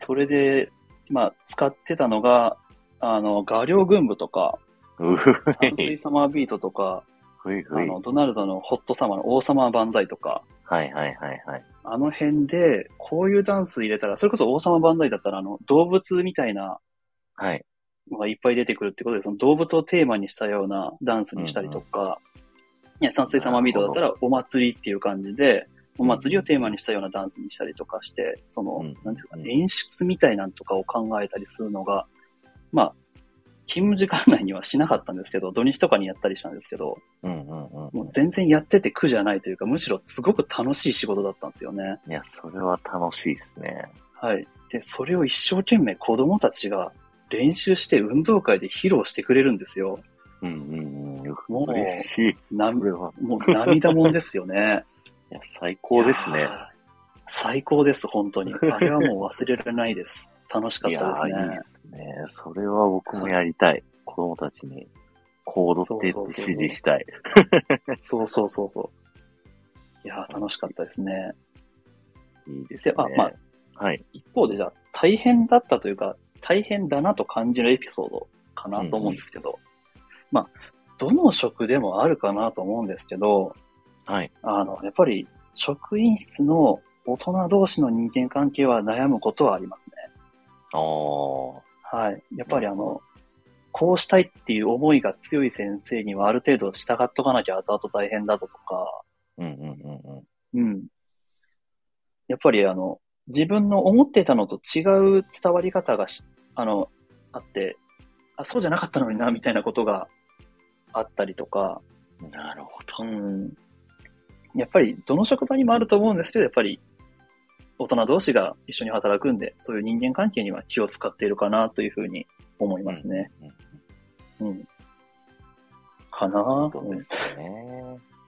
[SPEAKER 2] それで、まあ、使ってたのが、あの、画量群舞 とか、
[SPEAKER 1] うふ
[SPEAKER 2] 山
[SPEAKER 1] い。
[SPEAKER 2] 水サマービートとか、
[SPEAKER 1] ふい
[SPEAKER 2] あ
[SPEAKER 1] ふい。
[SPEAKER 2] の、ドナルドのホットサマーの王様万歳とか、
[SPEAKER 1] はいはいはいはい。
[SPEAKER 2] あの辺で、こういうダンス入れたら、それこそ王様万歳だったら、あの、動物みたいな
[SPEAKER 1] はい。
[SPEAKER 2] のがいっぱい出てくるってことで、その動物をテーマにしたようなダンスにしたりとか、いや、山水サマービートだったら、お祭りっていう感じで、お祭りをテーマにしたようなダンスにしたりとかして、その、
[SPEAKER 1] うん
[SPEAKER 2] なんていうか、
[SPEAKER 1] うん
[SPEAKER 2] 演出みたいなんとかを考えたりするのが、まあ、勤務時間内にはしなかったんですけど、土日とかにやったりしたんですけど、
[SPEAKER 1] うんうんう
[SPEAKER 2] も
[SPEAKER 1] ん
[SPEAKER 2] う。全然やってて苦じゃないというか、むしろすごく楽しい仕事だったんですよね。
[SPEAKER 1] いや、それは楽しいですね。
[SPEAKER 2] はい。で、それを一生懸命子供たちが練習して運動会で披露してくれるんですよ。
[SPEAKER 1] うんうんうん。
[SPEAKER 2] もう
[SPEAKER 1] 嬉しい。
[SPEAKER 2] な
[SPEAKER 1] それは。
[SPEAKER 2] もう涙もんですよね。
[SPEAKER 1] いや、最高です
[SPEAKER 2] い
[SPEAKER 1] ね
[SPEAKER 2] や。ー。最高です、本当に。あれはもう忘れられないです。楽しかっ
[SPEAKER 1] いや
[SPEAKER 2] たです
[SPEAKER 1] ーいい
[SPEAKER 2] ね
[SPEAKER 1] で。すね。それは僕もやりたい。子供たちに、こう踊ってって
[SPEAKER 2] そうそうそう
[SPEAKER 1] 指示したい。
[SPEAKER 2] そうそうそうそう。いやー楽しかったですね。
[SPEAKER 1] いいです
[SPEAKER 2] で
[SPEAKER 1] ね。
[SPEAKER 2] あま
[SPEAKER 1] はい。
[SPEAKER 2] 一方でじゃあ、大変だったというか、大変だなと感じるエピソードかなと思うんですけど、まあ、どの職でもあるかなと思うんですけど、
[SPEAKER 1] はい。
[SPEAKER 2] あの、やっぱり職員室の大人同士の人間関係は悩むことはありますね。
[SPEAKER 1] あー。
[SPEAKER 2] はい。やっぱりあの、こうしたいっていう思いが強い先生にはある程度従っとかなきゃ後々大変だとか、
[SPEAKER 1] うんうんうんうん。
[SPEAKER 2] うん。やっぱりあの、自分の思ってたのと違う伝わり方がし、あの、あって、あ、そうじゃなかったのにな、みたいなことがあったりとか、
[SPEAKER 1] なるほど。
[SPEAKER 2] うん。やっぱり、どの職場にもあると思うんですけど、やっぱり、大人同士が一緒に働くんで、そういう人間関係には気を使っているかな、というふうに思いますね。
[SPEAKER 1] うんうん
[SPEAKER 2] うん。かな
[SPEAKER 1] そう
[SPEAKER 2] うん
[SPEAKER 1] ですね。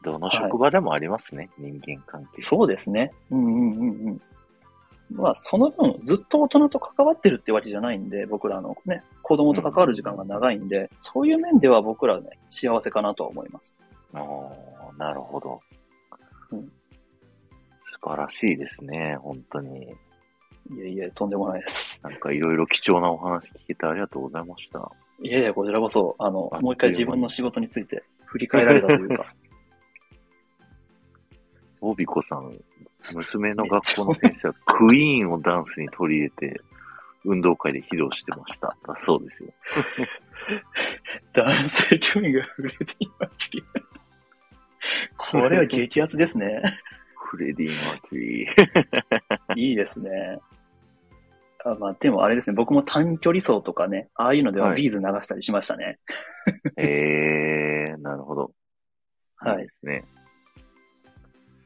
[SPEAKER 1] どの職場でもありますね、人間関係。
[SPEAKER 2] そうですね。うんうんうんうん。まあ、その分、ずっと大人と関わってるってわけじゃないんで、僕らのね、子供と関わる時間が長いんで、そういう面では僕らね、幸せかなとは思います。
[SPEAKER 1] あーなるほど、
[SPEAKER 2] うん
[SPEAKER 1] 素晴らしいですね、本当に。
[SPEAKER 2] いえいえ、とんでもないです。
[SPEAKER 1] なんかいろいろ貴重なお話聞けてありがとうございました。
[SPEAKER 2] いえいえ、こちらこそ、あの
[SPEAKER 1] あ、
[SPEAKER 2] もう一回自分の仕事について振り返られたというか、
[SPEAKER 1] ボビコさん、娘の学校の先 生はクイーンをダンスに取り入れて、運動会で披露してました。だそうですよ。
[SPEAKER 2] 男性興味が触れていまきり。これは激アツですね。
[SPEAKER 1] フレディ・マーキュリー。
[SPEAKER 2] いいですね。あまあ、でもあれですね、僕も短距離走とかね、ああいうのでははいビーズ流したりしましたね。
[SPEAKER 1] えー、なるほど。
[SPEAKER 2] はい。
[SPEAKER 1] いですね。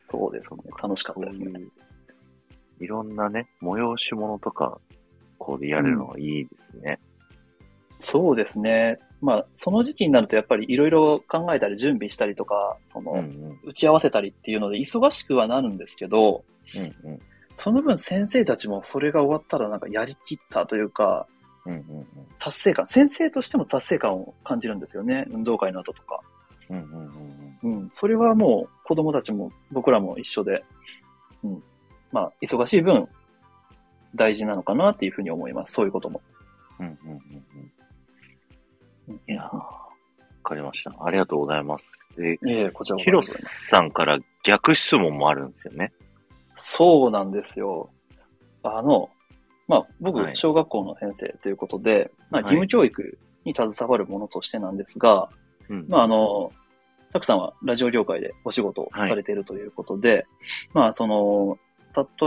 [SPEAKER 2] そうですね。楽しかったですね。
[SPEAKER 1] いろんなね、催し物とか、こうでやるのはいいですね。
[SPEAKER 2] そうですね。まあ、その時期になるとやっぱりいろいろ考えたり準備したりとか、その、
[SPEAKER 1] うんうん。
[SPEAKER 2] 打ち合わせたりっていうので忙しくはなるんですけど、
[SPEAKER 1] うんうん。
[SPEAKER 2] その分先生たちもそれが終わったらなんかやりきったというか、
[SPEAKER 1] うんうんうん。
[SPEAKER 2] 達成感、先生としても達成感を感じるんですよね。運動会の後とか。
[SPEAKER 1] うんうんうん
[SPEAKER 2] うん。それはもう子供たちも僕らも一緒で、うん。まあ、忙しい分、大事なのかなっていうふうに思います。そういうことも。
[SPEAKER 1] うん。うんうんうんうん。
[SPEAKER 2] いや
[SPEAKER 1] わかりました。ありがとうございます。で、
[SPEAKER 2] ええこちらこそありがとうご
[SPEAKER 1] 広
[SPEAKER 2] ざいます
[SPEAKER 1] 瀬さんから逆質問もあるんですよね。
[SPEAKER 2] そうなんですよ。あの、まあ、僕
[SPEAKER 1] は、い
[SPEAKER 2] 小学校の先生ということで、ま
[SPEAKER 1] はい
[SPEAKER 2] あ、義務教育に携わるものとしてなんですが、
[SPEAKER 1] うん
[SPEAKER 2] まあ、あの、たくさんはラジオ業界でお仕事をされているということで、まあ、その、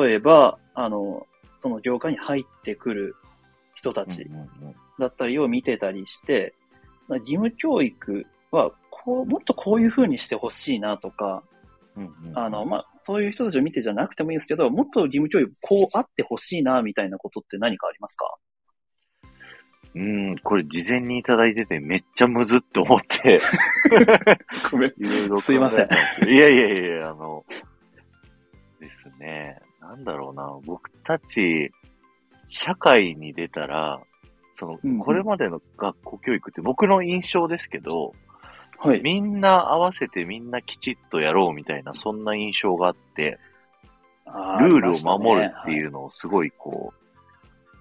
[SPEAKER 2] 例えば、あの、その業界に入ってくる人たち
[SPEAKER 1] うんうんうん
[SPEAKER 2] だったりを見てたりして、まあ義務教育は、こう、もっとこういうふうにしてほしいなとか、
[SPEAKER 1] うんうん
[SPEAKER 2] あの、まあ、そういう人たちを見てじゃなくてもいいですけど、もっと義務教育、こうあってほしいな、みたいなことって何かありますか
[SPEAKER 1] うん、これ事前にいただいててめっちゃむずって思 って、
[SPEAKER 2] ごめん。
[SPEAKER 1] いろいろ考えたです
[SPEAKER 2] いません。
[SPEAKER 1] いやいやいや、あの、ですね。なんだろうな。僕たち、社会に出たら、その、
[SPEAKER 2] うんうん
[SPEAKER 1] これまでの学校教育って僕の印象ですけど、
[SPEAKER 2] はい。
[SPEAKER 1] みんな合わせてみんなきちっとやろうみたいな、そんな印象があって、ルールを守るって
[SPEAKER 2] う。
[SPEAKER 1] いうのをすごいこ、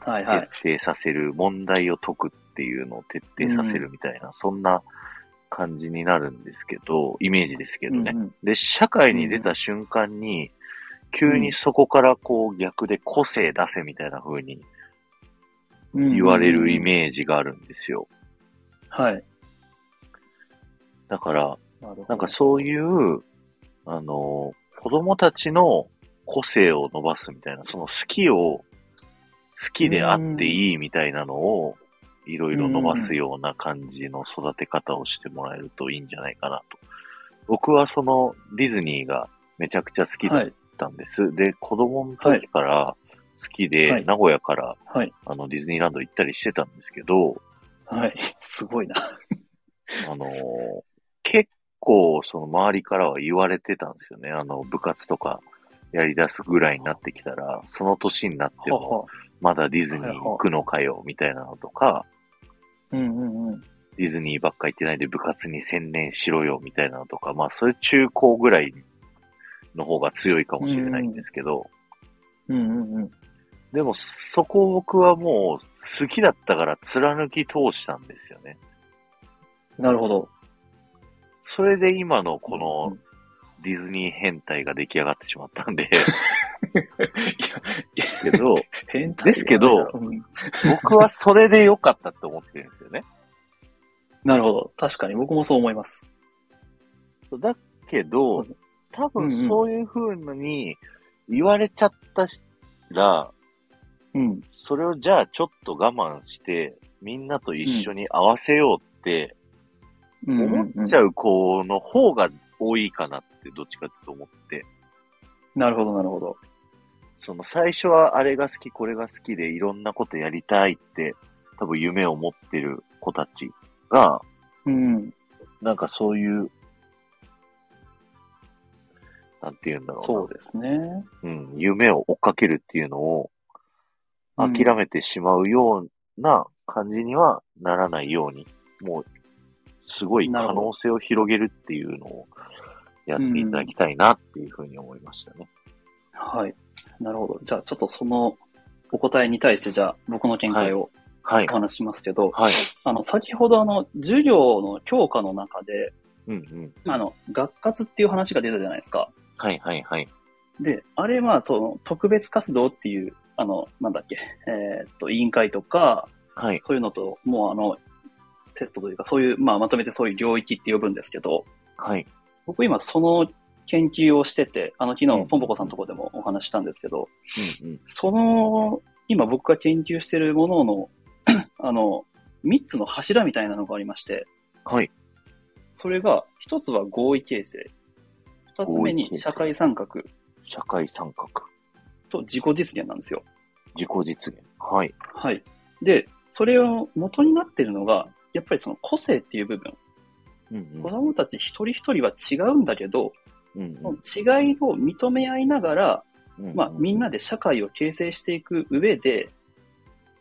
[SPEAKER 2] はいうはい。
[SPEAKER 1] 徹底させる、問題を解くっていうのを徹底させるみたいな、そんな感じになるんですけど、イメージですけどね。
[SPEAKER 2] うんうん
[SPEAKER 1] で、社会に出た瞬間に、急にそこからこう逆で個性出せみたいな風に言われるイ
[SPEAKER 2] ージ。
[SPEAKER 1] メージがあるんですよ。
[SPEAKER 2] はい。
[SPEAKER 1] だから、
[SPEAKER 2] なるほど
[SPEAKER 1] なんかそういう、あの、子供たちの個性を伸ばすみたいな、その好きを、好きであっていいみたいなのを、いろいろ伸ばすような感じの育て方をしてもらえるといいんじゃないかなと。僕はそのディズニーがめちゃくちゃ好きだ
[SPEAKER 2] はい。
[SPEAKER 1] ったんです。で、子供の時から好きで、
[SPEAKER 2] はい
[SPEAKER 1] 名古屋から
[SPEAKER 2] はい。
[SPEAKER 1] あのディズニーランド行ったりしてたんですけど、
[SPEAKER 2] はい。すごい な。
[SPEAKER 1] あのー結構その周りからは言われてたんですよね。あの、部活とかやり出すぐらいになってきたら、その年になっても、
[SPEAKER 2] はは
[SPEAKER 1] まだディズニー行くのかよ、みたいなのとか、
[SPEAKER 2] うんうんうん。
[SPEAKER 1] ディズニーばっか行ってないで部活に専念しろよ、みたいなのとか、まあ、それ中高ぐらいの方が強いかもしれないんですけど、
[SPEAKER 2] うんうんうん。
[SPEAKER 1] でも、そこを僕はもう、好きだったから貫き通したんですよね。
[SPEAKER 2] なるほど。
[SPEAKER 1] それで今のこのディズニー変態が出来上がってしまった んで、けど、
[SPEAKER 2] 変態
[SPEAKER 1] ですけど
[SPEAKER 2] うん
[SPEAKER 1] 僕はそれで良かったって思ってるんですよね。
[SPEAKER 2] なるほど。確かに僕もそう思います。
[SPEAKER 1] だけど、多分そういう風に言われちゃったら、
[SPEAKER 2] うん。
[SPEAKER 1] それをじゃあちょっと我慢して、みんなと一緒に合わせようって思っち
[SPEAKER 2] ゃ
[SPEAKER 1] ゃう子の方が多いかなって、どっちかって思って。
[SPEAKER 2] うん。なるほど、なるほど。
[SPEAKER 1] その最初はあれが好き、これが好きでいろんなことやりたいって、多分夢を持ってる子たちが、
[SPEAKER 2] うん。
[SPEAKER 1] なんかそういう、なんて言うんだろうな
[SPEAKER 2] そうですね。
[SPEAKER 1] うん、夢を追っかけるっていうのを
[SPEAKER 2] うん
[SPEAKER 1] 諦めてしまうような感じにはならないように、もう、すごい可
[SPEAKER 2] なるほど
[SPEAKER 1] 能性を広げるっていうのをやっていただきたいなっていうふうに思いましたね。
[SPEAKER 2] はい。なるほど。じゃあ、ちょっとそのお答えに対して、じゃあ、僕の見解を
[SPEAKER 1] はい
[SPEAKER 2] お。話ししますけど、
[SPEAKER 1] はい。
[SPEAKER 2] あの、先ほど、あの、授業の教科の中で、
[SPEAKER 1] うんうん。
[SPEAKER 2] あの、学活っていう話が出たじゃないですか。
[SPEAKER 1] はいはいはい。
[SPEAKER 2] で、あれは、その、特別活動っていう、あの、なんだっけ、えーっと、委員会とか、
[SPEAKER 1] はい。
[SPEAKER 2] そういうのと、もうあの、セットというか、そういう、まあ、まとめてそういう領域って呼ぶんですけど、
[SPEAKER 1] はい。
[SPEAKER 2] 僕今その研究をしてて、あの、昨日
[SPEAKER 1] うん、
[SPEAKER 2] ポンポコさんのとこでもお話ししたんですけど、
[SPEAKER 1] うんうん。
[SPEAKER 2] その、今僕が研究してるものの、 あの、3つの柱みたいなのがありまして、
[SPEAKER 1] はい。
[SPEAKER 2] それが、1つは合意形成、2つ目に社会参画
[SPEAKER 1] 社会参画。
[SPEAKER 2] と自己実現なんですよ。
[SPEAKER 1] 自己実現。はい。
[SPEAKER 2] はい。で、それを元になってるのが、やっぱりその個性っていう部分。
[SPEAKER 1] うん
[SPEAKER 2] 子供たち一人一人は違うんだけど、
[SPEAKER 1] うん。うん
[SPEAKER 2] その違いを認め合いながら、
[SPEAKER 1] うん
[SPEAKER 2] まあみんなで社会を形成していく上で、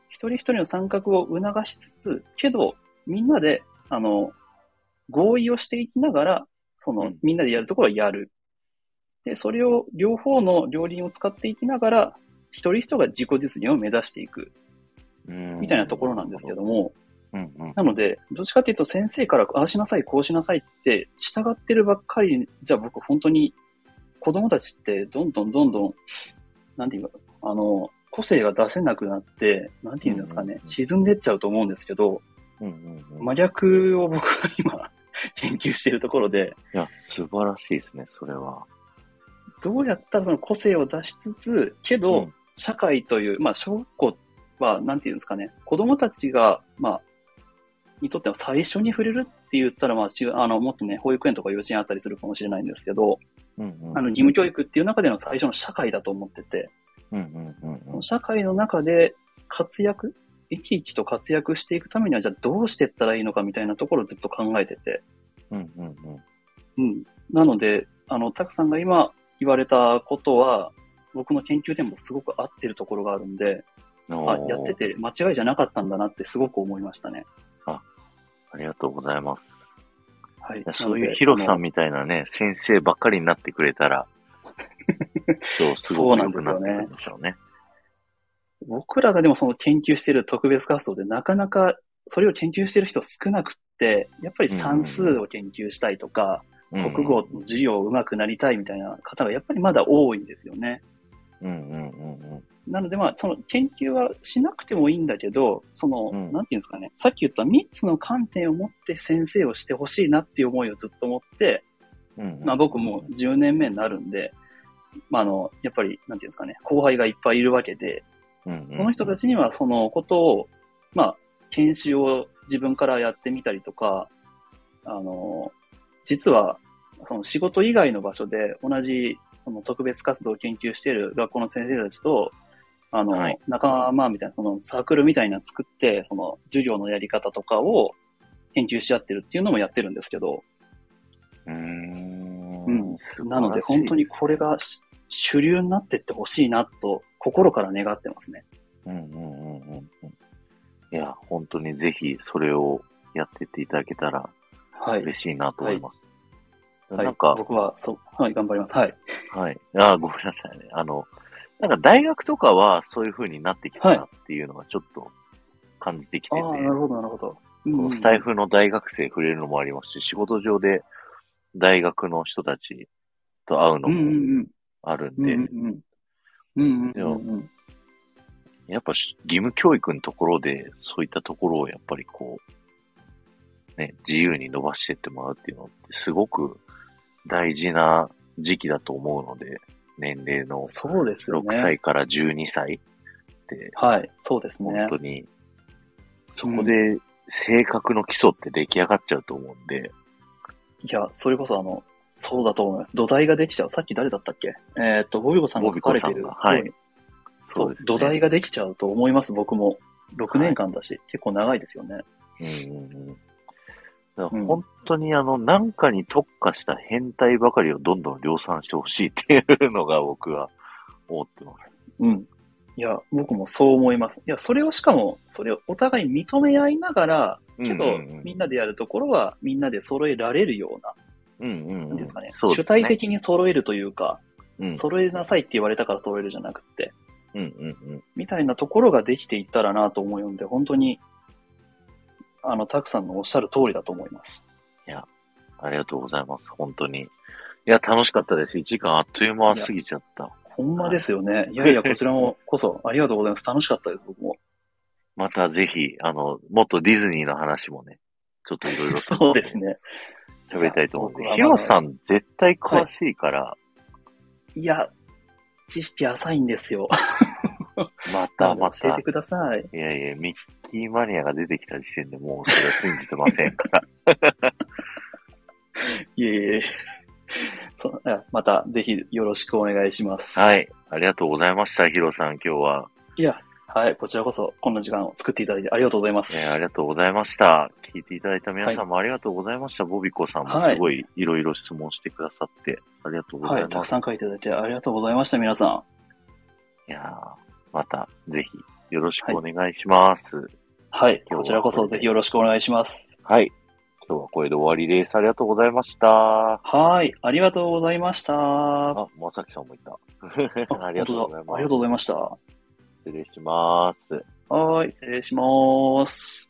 [SPEAKER 2] 一人一人の参画を促しつつ、けど、みんなで、あの、合意をしていきながら、そうの
[SPEAKER 1] ん、
[SPEAKER 2] みんなでやるところはやる。で、それを両方の両輪を使っていきながら、一人一人が自己実現を目指していく、みたいなところなんですけ。ども、
[SPEAKER 1] うんうん。
[SPEAKER 2] なので、どっちかっていうと先生からああしなさい、こうしなさいって従ってるばっかりじゃ僕本当に子供たちってどんどんどんどん、なんていうか、あの、個性が出せなくなって、なんていうんですか
[SPEAKER 1] うんう
[SPEAKER 2] ね
[SPEAKER 1] んう、ん
[SPEAKER 2] 沈んでっちゃうと思うんですけど、
[SPEAKER 1] うんうんうん。
[SPEAKER 2] 真逆を僕は今 研究してるところで、
[SPEAKER 1] いや、素晴らしいですね、それは。
[SPEAKER 2] どうやったらその個性を出しつつ、け
[SPEAKER 1] う
[SPEAKER 2] ど、
[SPEAKER 1] ん
[SPEAKER 2] 社会という、まあ、小学校は、なんていうんですかね、子供たちが、まあ、にとっては最初に触れるって言ったら、まあ、しあの、もっとね、保育園とか幼稚園あったりするかもしれないんですけど、
[SPEAKER 1] うんうん。
[SPEAKER 2] あの、義務教育っていう中での最初の社会だと思ってて、
[SPEAKER 1] うんうんうんうん。
[SPEAKER 2] 社会の中で活躍、生き生きと活躍していくためには、じゃあどうしていったらいいのかみたいなところをずっと考えてて、
[SPEAKER 1] うんうんうん。
[SPEAKER 2] うん。なので、あの、タクさんが今言われたことは、僕の研究でもすごく合ってるところがあるんで、あ
[SPEAKER 1] おー
[SPEAKER 2] やって。て間違いじゃなかったんだなってすごく思いましたね。
[SPEAKER 1] ありがとうございます。
[SPEAKER 2] はい
[SPEAKER 1] いや。そういうヒ
[SPEAKER 2] な
[SPEAKER 1] ロ
[SPEAKER 2] ので
[SPEAKER 1] さんみたいなね、先生ばっかりになってくれたら、そう、す
[SPEAKER 2] そ
[SPEAKER 1] ご
[SPEAKER 2] う
[SPEAKER 1] く
[SPEAKER 2] な
[SPEAKER 1] 良く
[SPEAKER 2] んです
[SPEAKER 1] なって
[SPEAKER 2] よね
[SPEAKER 1] くるんでしょうね。
[SPEAKER 2] あの僕らがでもその研究してる特別活動でなかなかそれを研究してる人少なくって、やっぱり算数を研究したいとか、
[SPEAKER 1] うんうん
[SPEAKER 2] 国語の授業上手くなりたいみたいな方がやっぱりまだ多いんですよね。
[SPEAKER 1] うんうんうん
[SPEAKER 2] なので、まあ、その研究はしなくてもいいんだけど、その、
[SPEAKER 1] うん
[SPEAKER 2] なんていうんですかね、さっき言った3つの観点を持って先生をしてほしいなっていう思いをずっと持って、
[SPEAKER 1] うんうん。
[SPEAKER 2] まあ僕も10年目になるんで、まああの、やっぱり、なんていうんですかね、後輩がいっぱいいるわけで、
[SPEAKER 1] うんうんうん、
[SPEAKER 2] その人たちにはそのことを、まあ、研修を自分からやってみたりとか、あの、実は、その仕事以外の場所で同じその特別活動を研究している学校の先生たちと、あの、
[SPEAKER 1] はい
[SPEAKER 2] 仲間みたいな、そのサークルみたいなの作って、その授業のやり方とかを研究し合ってるっていうのもやってるんですけど、
[SPEAKER 1] うーん。
[SPEAKER 2] うん
[SPEAKER 1] 素晴らしい
[SPEAKER 2] なので本当にこれが主流になってってほしいなと心から願ってますね。
[SPEAKER 1] うんうんうんうんうん。いや、本当にぜひそれをやってっていただけたら
[SPEAKER 2] はい。
[SPEAKER 1] 嬉しいなと思います。
[SPEAKER 2] はい、
[SPEAKER 1] なんか、
[SPEAKER 2] 僕は、そう、はい、頑張ります。はい。
[SPEAKER 1] はい。あーごめんなさいね。あの、なんか大学とかはそういう風になってきたなっていうのがちょっと感じてきて
[SPEAKER 2] あ
[SPEAKER 1] て、
[SPEAKER 2] あ、なるほど、なるほど。
[SPEAKER 1] このスタイフの大学生触れるのもありますし、仕事上で大学の人たちと会うの
[SPEAKER 2] うん
[SPEAKER 1] もあるん
[SPEAKER 2] うんうん。
[SPEAKER 1] で、
[SPEAKER 2] うんうんうん。うんうんうん。
[SPEAKER 1] やっぱし義務教育のところで、そういったところをやっぱりこう、ね、自由に伸ばしてってもらうっていうのって、すごく大事な時期だと思うので、年齢の
[SPEAKER 2] そうですよ
[SPEAKER 1] 6
[SPEAKER 2] ね。
[SPEAKER 1] 歳から12歳って、
[SPEAKER 2] はい、そうですね
[SPEAKER 1] 本。当に、そこで性格の基礎って出来上がっちゃうと思うんで、
[SPEAKER 2] いや、それこそあの、そうだと思います。土台ができちゃう。さっき誰だったっけえーっと、ボビコさんが書かれてる。
[SPEAKER 1] ボビコさんがはい。
[SPEAKER 2] そ
[SPEAKER 1] そう
[SPEAKER 2] う
[SPEAKER 1] ですね
[SPEAKER 2] 土台ができちゃうと思います、僕も。6年間だし、結構長いですよね。
[SPEAKER 1] うんうんうんだから
[SPEAKER 2] うん
[SPEAKER 1] 本当にあの、なんかに特化した変態ばかりをどんどん量産してほしいっていうのが僕は思ってます。
[SPEAKER 2] うん。いや、僕もそう思います。いや、それをしかも、それをお互い認め合いながら、けど、
[SPEAKER 1] うんうんうん
[SPEAKER 2] みんなでやるところは、みんなで揃えられるような、
[SPEAKER 1] うんうん
[SPEAKER 2] な
[SPEAKER 1] うんん。
[SPEAKER 2] ていうんですかね、
[SPEAKER 1] そうです
[SPEAKER 2] 主体的に揃えるというか、
[SPEAKER 1] うん
[SPEAKER 2] 揃えなさいって言われたから揃えるじゃなくて、
[SPEAKER 1] うんうん
[SPEAKER 2] みたいなところができていったらなと思うんで、本当に、あの、たくさんのおっしゃる通りだと思います。
[SPEAKER 1] ありがとうございます。本当に。いや、楽しかったです。1時間あっという間過ぎちゃった。
[SPEAKER 2] ほんまですよね。いやいや、こちらもこそありがとうございます。楽しかったです、僕も。
[SPEAKER 1] またぜひ、あの、もっとディズニーの話もね、ちょっといろいろ
[SPEAKER 2] そうですね。
[SPEAKER 1] 喋りたいと思うん
[SPEAKER 2] いや
[SPEAKER 1] で。ヒロさん絶対詳しいから、
[SPEAKER 2] いや、知識浅いんですよ。
[SPEAKER 1] またま
[SPEAKER 2] 教え
[SPEAKER 1] た
[SPEAKER 2] て。ください。
[SPEAKER 1] いやいや、ミッキーマニアが出てきた時点でもうそれは信じてません から。
[SPEAKER 2] いえいえ。そうあまた、ぜひよろしくお願いします。い。
[SPEAKER 1] はい。ありがとうございました、ヒロさん、今日は。
[SPEAKER 2] いや、はい、こちらこそ、こんな時間を作っていただいてありがとうございます。
[SPEAKER 1] えーありがとうございました。聞いていただいた皆さんもありがとうございました。ボビコさんもすごいいろいろ質問してくださって、ありがとうござ
[SPEAKER 2] はいい、た
[SPEAKER 1] ま
[SPEAKER 2] く
[SPEAKER 1] す。
[SPEAKER 2] さん書いていただいてありがとうございました、皆さ
[SPEAKER 1] い、
[SPEAKER 2] ん。
[SPEAKER 1] やーまたぜひよろしくお願いします。はい。
[SPEAKER 2] はい、
[SPEAKER 1] 今日は
[SPEAKER 2] こちらこそ、ぜひよろしくお願いします。
[SPEAKER 1] 今日はこれで終わりです。ありがとうございました。
[SPEAKER 2] はい、ありがとうございました。あ
[SPEAKER 1] あ、まさきさんもいた。 ありがとうござい
[SPEAKER 2] あ
[SPEAKER 1] ま
[SPEAKER 2] り
[SPEAKER 1] す
[SPEAKER 2] がと。うございました。
[SPEAKER 1] 失礼します。
[SPEAKER 2] はい、失礼します。